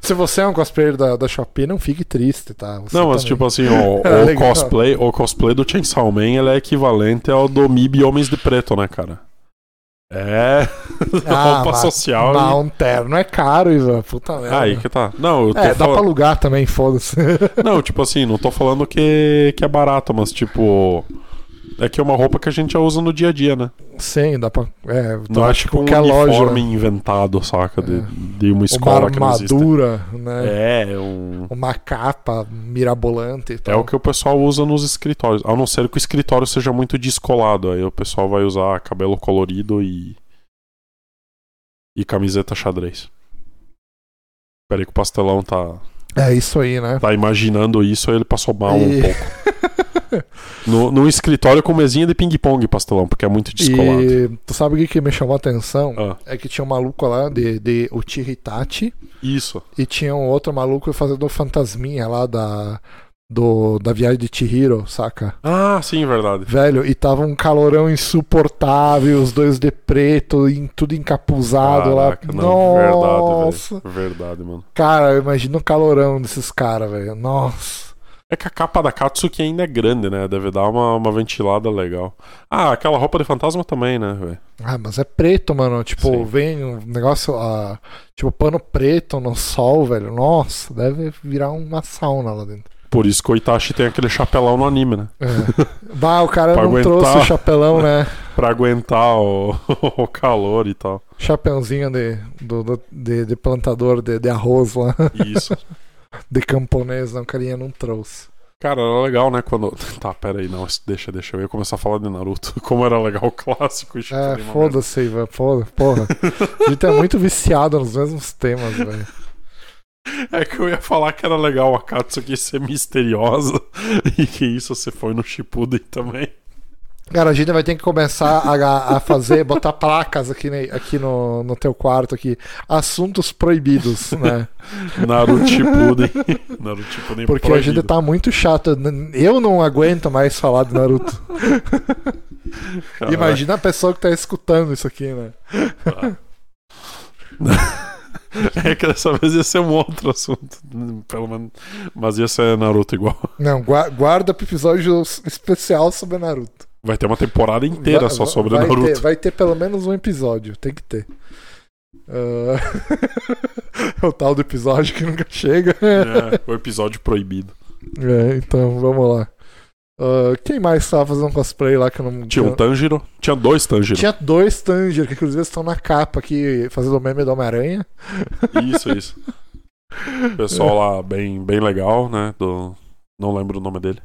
[SPEAKER 2] Se você é um cosplayer da, da Shopee, não fique triste, tá? Você
[SPEAKER 1] Não, mas
[SPEAKER 2] também.
[SPEAKER 1] tipo assim, o,
[SPEAKER 2] *laughs* É
[SPEAKER 1] o
[SPEAKER 2] legal.
[SPEAKER 1] cosplay, o cosplay do Chainsaw Man ele é equivalente ao do Mib Homens de Preto, né, cara? É. *laughs*
[SPEAKER 2] Ah,
[SPEAKER 1] roupa
[SPEAKER 2] mas-
[SPEAKER 1] social. e-
[SPEAKER 2] Não, um terno é caro, Ivan. Puta merda.
[SPEAKER 1] Aí que tá. Não, eu tô
[SPEAKER 2] É, dá
[SPEAKER 1] falando-
[SPEAKER 2] pra alugar também, foda-se. *laughs*
[SPEAKER 1] Não, tipo assim, não tô falando que, que é barato, mas tipo. É que é uma roupa que a gente já usa no dia a dia, né?
[SPEAKER 2] Sim, dá pra. É,
[SPEAKER 1] Não
[SPEAKER 2] dá
[SPEAKER 1] é tipo um
[SPEAKER 2] qualquer
[SPEAKER 1] uniforme
[SPEAKER 2] né?
[SPEAKER 1] inventado, saca? De,
[SPEAKER 2] É.
[SPEAKER 1] de uma escola
[SPEAKER 2] uma
[SPEAKER 1] que não existe.
[SPEAKER 2] armadura, né?
[SPEAKER 1] É, é um.
[SPEAKER 2] Uma capa mirabolante e
[SPEAKER 1] É
[SPEAKER 2] tal.
[SPEAKER 1] o que o pessoal usa nos escritórios. A não ser que o escritório seja muito descolado. Aí o pessoal vai usar cabelo colorido e. E camiseta xadrez. Peraí que o pastelão tá,
[SPEAKER 2] É isso aí, né?
[SPEAKER 1] tá imaginando isso, aí ele passou mal um
[SPEAKER 2] E-
[SPEAKER 1] pouco.
[SPEAKER 2] *laughs*
[SPEAKER 1] No, num escritório com mesinha de ping-pong, pastelão, porque é muito descolado.
[SPEAKER 2] E tu sabe o que, que me chamou a atenção?
[SPEAKER 1] Ah.
[SPEAKER 2] É que tinha um maluco lá de, de Uchiha Itachi
[SPEAKER 1] Isso.
[SPEAKER 2] e tinha um outro maluco fazendo fantasminha lá da, do, da viagem de Chihiro, saca?
[SPEAKER 1] Ah, sim, verdade.
[SPEAKER 2] Velho, e tava um calorão insuportável, os dois de preto, em- tudo encapuzado
[SPEAKER 1] Caraca,
[SPEAKER 2] lá.
[SPEAKER 1] não,
[SPEAKER 2] Nossa!
[SPEAKER 1] verdade, velho. Verdade, mano.
[SPEAKER 2] Cara, eu imagino o calorão desses caras, velho. Nossa!
[SPEAKER 1] É que a capa da Katsuki ainda é grande, né? Deve dar uma, uma ventilada legal. Ah, aquela roupa de fantasma também, né, velho?
[SPEAKER 2] Ah, mas é preto, mano. Tipo,
[SPEAKER 1] Sim.
[SPEAKER 2] vem um negócio, ah, tipo, pano preto no sol, velho. Nossa, deve virar uma sauna lá dentro.
[SPEAKER 1] Por isso que o Itachi tem aquele chapelão no anime, né? *laughs*
[SPEAKER 2] É. bah, o cara
[SPEAKER 1] Pra
[SPEAKER 2] não
[SPEAKER 1] aguentar.
[SPEAKER 2] trouxe o chapelão, né?
[SPEAKER 1] Pra aguentar o, *laughs* o calor e tal.
[SPEAKER 2] Chapeuzinho de, do- do- de, de plantador de, de arroz lá, *laughs*
[SPEAKER 1] Isso.
[SPEAKER 2] de camponês, não, o carinha não trouxe.
[SPEAKER 1] Cara, era legal, né? Quando. *laughs* Tá, pera aí, não. Deixa, deixa. Eu ia começar a falar de Naruto. *laughs* Como era legal o clássico. e
[SPEAKER 2] É,
[SPEAKER 1] Shippuden, mano.
[SPEAKER 2] foda-se, velho. Foda,
[SPEAKER 1] *laughs*
[SPEAKER 2] porra. A gente é muito viciado nos mesmos temas, velho.
[SPEAKER 1] É que eu ia falar que era legal a Katsuki ser misteriosa *laughs* e que isso você foi no Shippuden também.
[SPEAKER 2] Cara, a gente vai ter que começar a, a fazer, botar placas aqui, ne- aqui no, no teu quarto aqui. Assuntos proibidos,
[SPEAKER 1] *laughs*
[SPEAKER 2] né?
[SPEAKER 1] Naruto
[SPEAKER 2] *laughs*
[SPEAKER 1] Shippuden. Naruto Shippuden
[SPEAKER 2] Porque
[SPEAKER 1] Tipo,
[SPEAKER 2] a
[SPEAKER 1] proibido.
[SPEAKER 2] gente tá muito chato. Eu não aguento mais falar de Naruto.
[SPEAKER 1] Caraca,
[SPEAKER 2] Imagina a pessoa que tá escutando isso aqui, né?
[SPEAKER 1] tá. *laughs* É que dessa vez ia ser um outro assunto. Pelo menos. Mas ia ser Naruto igual.
[SPEAKER 2] Não, gua- guarda pro episódio especial sobre Naruto.
[SPEAKER 1] Vai ter uma temporada inteira
[SPEAKER 2] Vai-
[SPEAKER 1] só sobre
[SPEAKER 2] vai
[SPEAKER 1] Naruto.
[SPEAKER 2] Ter, vai ter pelo menos um episódio, tem que ter. Ah, *laughs* é o tal do episódio que nunca chega.
[SPEAKER 1] É, o episódio proibido.
[SPEAKER 2] É, então, vamos lá. Ah, quem mais tava fazendo cosplay lá que eu não...
[SPEAKER 1] Tinha um Tanjiro. Tinha dois Tanjiro.
[SPEAKER 2] Tinha dois Tanger, que inclusive estão na capa aqui, fazendo o meme do Homem-Aranha.
[SPEAKER 1] *laughs* Isso, isso. Pessoal lá bem, bem legal, né? Do... Não lembro o nome dele.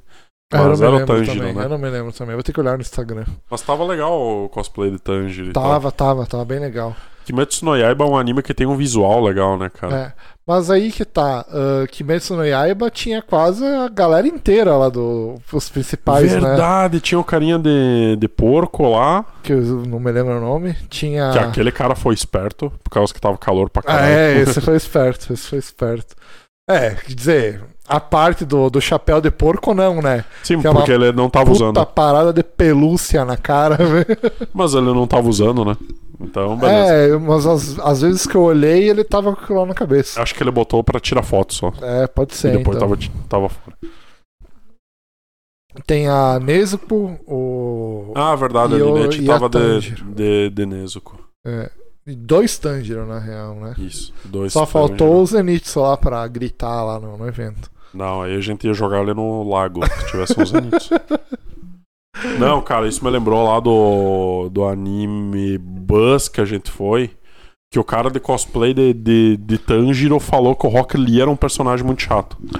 [SPEAKER 2] Ah, eu não
[SPEAKER 1] Mas
[SPEAKER 2] me
[SPEAKER 1] era o
[SPEAKER 2] lembro
[SPEAKER 1] Tanjiro,
[SPEAKER 2] também,
[SPEAKER 1] né?
[SPEAKER 2] eu não me lembro também. Vou ter que olhar no Instagram.
[SPEAKER 1] Mas tava legal o cosplay de Tanjiro. e tal.
[SPEAKER 2] Tava, tava, tava bem legal.
[SPEAKER 1] Kimetsu no Yaiba é um anime que tem um visual legal, né, cara?
[SPEAKER 2] É. Mas aí que tá, ah, Kimetsu no Yaiba tinha quase a galera inteira lá do os principais, né?
[SPEAKER 1] Verdade, tinha o carinha de, de porco lá.
[SPEAKER 2] Que eu não me lembro o nome. Tinha.
[SPEAKER 1] Que aquele cara foi esperto, por causa que tava calor pra
[SPEAKER 2] Ah,
[SPEAKER 1] caralho.
[SPEAKER 2] é, esse foi esperto, esse foi esperto. É, quer dizer, a parte do, do chapéu de porco não, né?
[SPEAKER 1] *laughs* Sim,
[SPEAKER 2] que é uma
[SPEAKER 1] porque ele não tava
[SPEAKER 2] Puta
[SPEAKER 1] usando.
[SPEAKER 2] parada de pelúcia na cara, *laughs* velho.
[SPEAKER 1] Mas ele não tava usando, né? Então, beleza.
[SPEAKER 2] É, mas as- às vezes que eu olhei, ele tava com aquilo lá na cabeça.
[SPEAKER 1] Acho que ele botou pra tirar foto só.
[SPEAKER 2] É, pode ser.
[SPEAKER 1] e depois
[SPEAKER 2] então.
[SPEAKER 1] tava, tava fora.
[SPEAKER 2] Tem a Nezuko, o.
[SPEAKER 1] Ah, verdade,
[SPEAKER 2] E
[SPEAKER 1] a
[SPEAKER 2] o-
[SPEAKER 1] Linete
[SPEAKER 2] e a
[SPEAKER 1] tava de,
[SPEAKER 2] Tanjiro.
[SPEAKER 1] de, de Nezuko.
[SPEAKER 2] é, dois Tanjiro, na real, né?
[SPEAKER 1] Isso. Dois um,
[SPEAKER 2] Só
[SPEAKER 1] Tanjiro.
[SPEAKER 2] faltou o Zenitsu lá pra gritar lá no, no evento.
[SPEAKER 1] Não, aí a gente ia jogar ele no lago, se tivesse uns aninhos. *laughs* Não, cara, isso me lembrou lá do, do anime Buzz que a gente foi. Que o cara de cosplay de, de, de Tanjiro falou que o Rock Lee era um personagem muito
[SPEAKER 2] *laughs*
[SPEAKER 1] chato.
[SPEAKER 2] *laughs*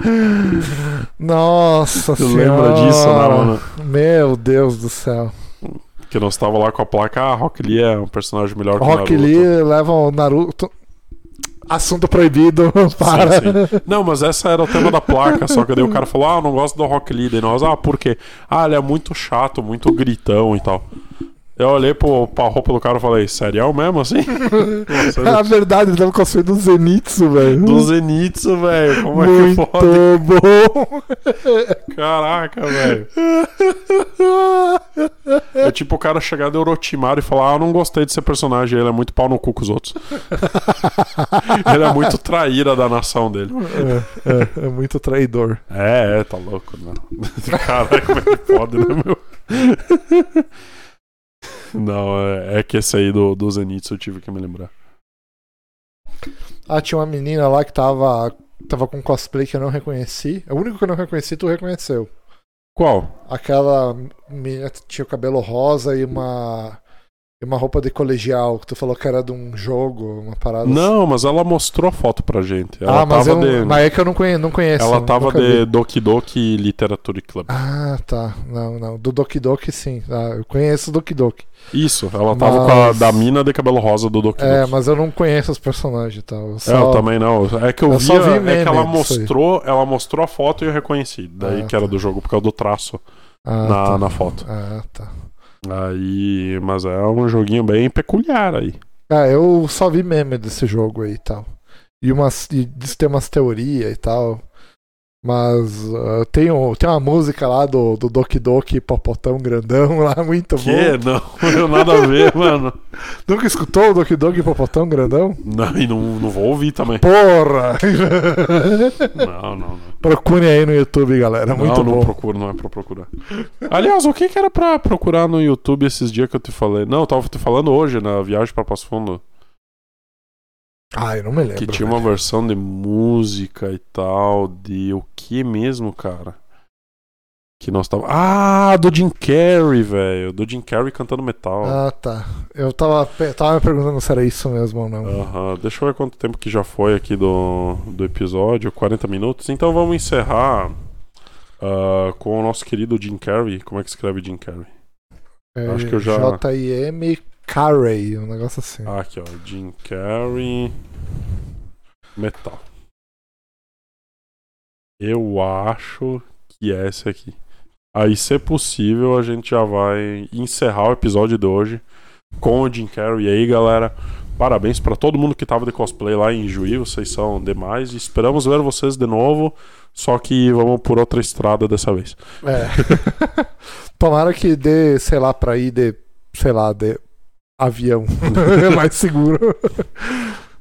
[SPEAKER 2] Nossa
[SPEAKER 1] Você
[SPEAKER 2] senhora.
[SPEAKER 1] lembra disso, né, mano?
[SPEAKER 2] Meu Deus do céu.
[SPEAKER 1] Que nós tava lá com a placa, ah, Rock Lee é um personagem melhor que o
[SPEAKER 2] Rock
[SPEAKER 1] Naruto.
[SPEAKER 2] Lee leva o Naruto. Assunto proibido, *laughs* para.
[SPEAKER 1] sim. Não, mas essa era o tema da placa, só que daí o cara falou, ah, eu não gosto do Rock Lee. Daí nós, ah, por quê? Ah, ele é muito chato, muito gritão e tal. Eu olhei pro, pra roupa do cara e falei, serial mesmo, assim? Nossa,
[SPEAKER 2] *laughs* Na É verdade, ele tava construindo o Zenitsu, velho.
[SPEAKER 1] do Zenitsu, velho, como é que
[SPEAKER 2] Muito
[SPEAKER 1] pode? *laughs*
[SPEAKER 2] bom.
[SPEAKER 1] Caraca, velho. É tipo o cara chegar do Orochimaru e falar, ah, eu não gostei desse personagem, ele é muito pau no cu com os outros. ele é muito traíra da nação dele.
[SPEAKER 2] É, é, é muito traidor.
[SPEAKER 1] É, é, tá louco, não. *laughs* Caralho, como é que pode, né, meu? *laughs* Não, é, é que esse aí do, do Zenitsu eu tive que me lembrar.
[SPEAKER 2] Ah, tinha uma menina lá que tava, tava com um cosplay que eu não reconheci. É O único que eu não reconheci, tu reconheceu.
[SPEAKER 1] Qual?
[SPEAKER 2] Aquela menina que tinha o cabelo rosa e uma. E uma roupa de colegial, que tu falou que era de um jogo, uma parada assim.
[SPEAKER 1] Não, mas ela mostrou a foto pra gente. Ela
[SPEAKER 2] ah, mas,
[SPEAKER 1] tava
[SPEAKER 2] eu,
[SPEAKER 1] de.
[SPEAKER 2] mas é que eu não conheço. Não conheço
[SPEAKER 1] Ela
[SPEAKER 2] não-
[SPEAKER 1] tava
[SPEAKER 2] nunca
[SPEAKER 1] de
[SPEAKER 2] vi.
[SPEAKER 1] Doki Doki Literature Club.
[SPEAKER 2] Ah, tá. Não, não. Do Doki Doki, sim. Ah, eu conheço o Doki Doki.
[SPEAKER 1] Isso, ela tava com a
[SPEAKER 2] Mas-
[SPEAKER 1] da mina de cabelo rosa do Doki
[SPEAKER 2] É,
[SPEAKER 1] Doki.
[SPEAKER 2] mas eu não conheço os personagens e tal. Eu
[SPEAKER 1] É, eu
[SPEAKER 2] só-
[SPEAKER 1] também não. É que eu,
[SPEAKER 2] Eu
[SPEAKER 1] vi,
[SPEAKER 2] só vi
[SPEAKER 1] é
[SPEAKER 2] meme
[SPEAKER 1] que ela
[SPEAKER 2] disso aí.
[SPEAKER 1] mostrou, ela mostrou a foto e eu reconheci. Daí
[SPEAKER 2] Ah,
[SPEAKER 1] que era
[SPEAKER 2] tá.
[SPEAKER 1] do jogo, por causa do traço
[SPEAKER 2] Ah,
[SPEAKER 1] na,
[SPEAKER 2] tá.
[SPEAKER 1] na foto.
[SPEAKER 2] Ah, tá.
[SPEAKER 1] Aí, mas é um joguinho bem peculiar aí.
[SPEAKER 2] Ah, eu só vi meme desse jogo aí e tal. E, umas, e diz que tem umas teorias e tal. Mas ah, tem, um- tem uma música lá do, do Doki Doki Popotão Grandão lá, *laughs* muito
[SPEAKER 1] Que?
[SPEAKER 2] bom.
[SPEAKER 1] Não, *laughs* eu nada a ver, mano.
[SPEAKER 2] Nunca escutou o Doki Doki Popotão Grandão?
[SPEAKER 1] Não, e não, não vou ouvir também.
[SPEAKER 2] Porra! *laughs*
[SPEAKER 1] Não, não, não.
[SPEAKER 2] Procure aí no YouTube, galera. Muito
[SPEAKER 1] não, não
[SPEAKER 2] bom.
[SPEAKER 1] procuro, não é pra procurar. Aliás, o que que era pra procurar no YouTube esses dias que eu te falei? Não, eu tava te falando hoje na viagem pra Passo Fundo.
[SPEAKER 2] Ah, eu não me lembro.
[SPEAKER 1] que tinha uma versão de música e tal, de o que mesmo, cara? Que nós tava. Ah, do Jim Carrey, velho. Do Jim Carrey cantando metal.
[SPEAKER 2] Ah, tá. Eu tava, pe- tava me perguntando se era isso mesmo ou não.
[SPEAKER 1] Aham, Deixa eu ver quanto tempo que já foi aqui do, do episódio, 40 minutos. Então vamos encerrar ah, com o nosso querido Jim Carrey. Como é que escreve Jim Carrey?
[SPEAKER 2] É,
[SPEAKER 1] acho que eu já-
[SPEAKER 2] J.I.M. Carey, um negócio assim.
[SPEAKER 1] Ah, aqui ó, Jim Carrey Metal. Eu acho que é esse aqui. Aí, se possível, a gente já vai encerrar o episódio de hoje com o Jim Carrey. E aí, galera, parabéns pra todo mundo que tava de cosplay lá em Juí, vocês são demais. Esperamos ver vocês de novo, só que vamos por outra estrada dessa vez.
[SPEAKER 2] É. Tomara que dê, sei lá, *laughs* pra ir de, sei lá, de avião. é mais seguro.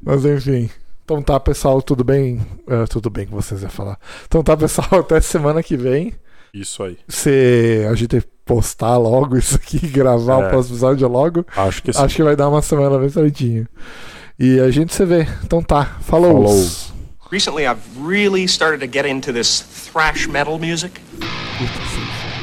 [SPEAKER 2] Mas enfim. Então tá, pessoal, tudo bem? É, tudo bem que vocês iam falar. Então tá, pessoal, *laughs* até semana que vem.
[SPEAKER 1] *laughs* Isso aí.
[SPEAKER 2] Se a gente postar logo isso aqui, *laughs* gravar o
[SPEAKER 1] É.
[SPEAKER 2] próximo episódio logo,
[SPEAKER 1] Acho que sim.
[SPEAKER 2] acho que vai dar uma semana bem certinho. E a gente se vê. Então tá, falou.
[SPEAKER 1] Falou.
[SPEAKER 3] Recently, I've really started to get into this thrash metal music.
[SPEAKER 2] Puta, sim.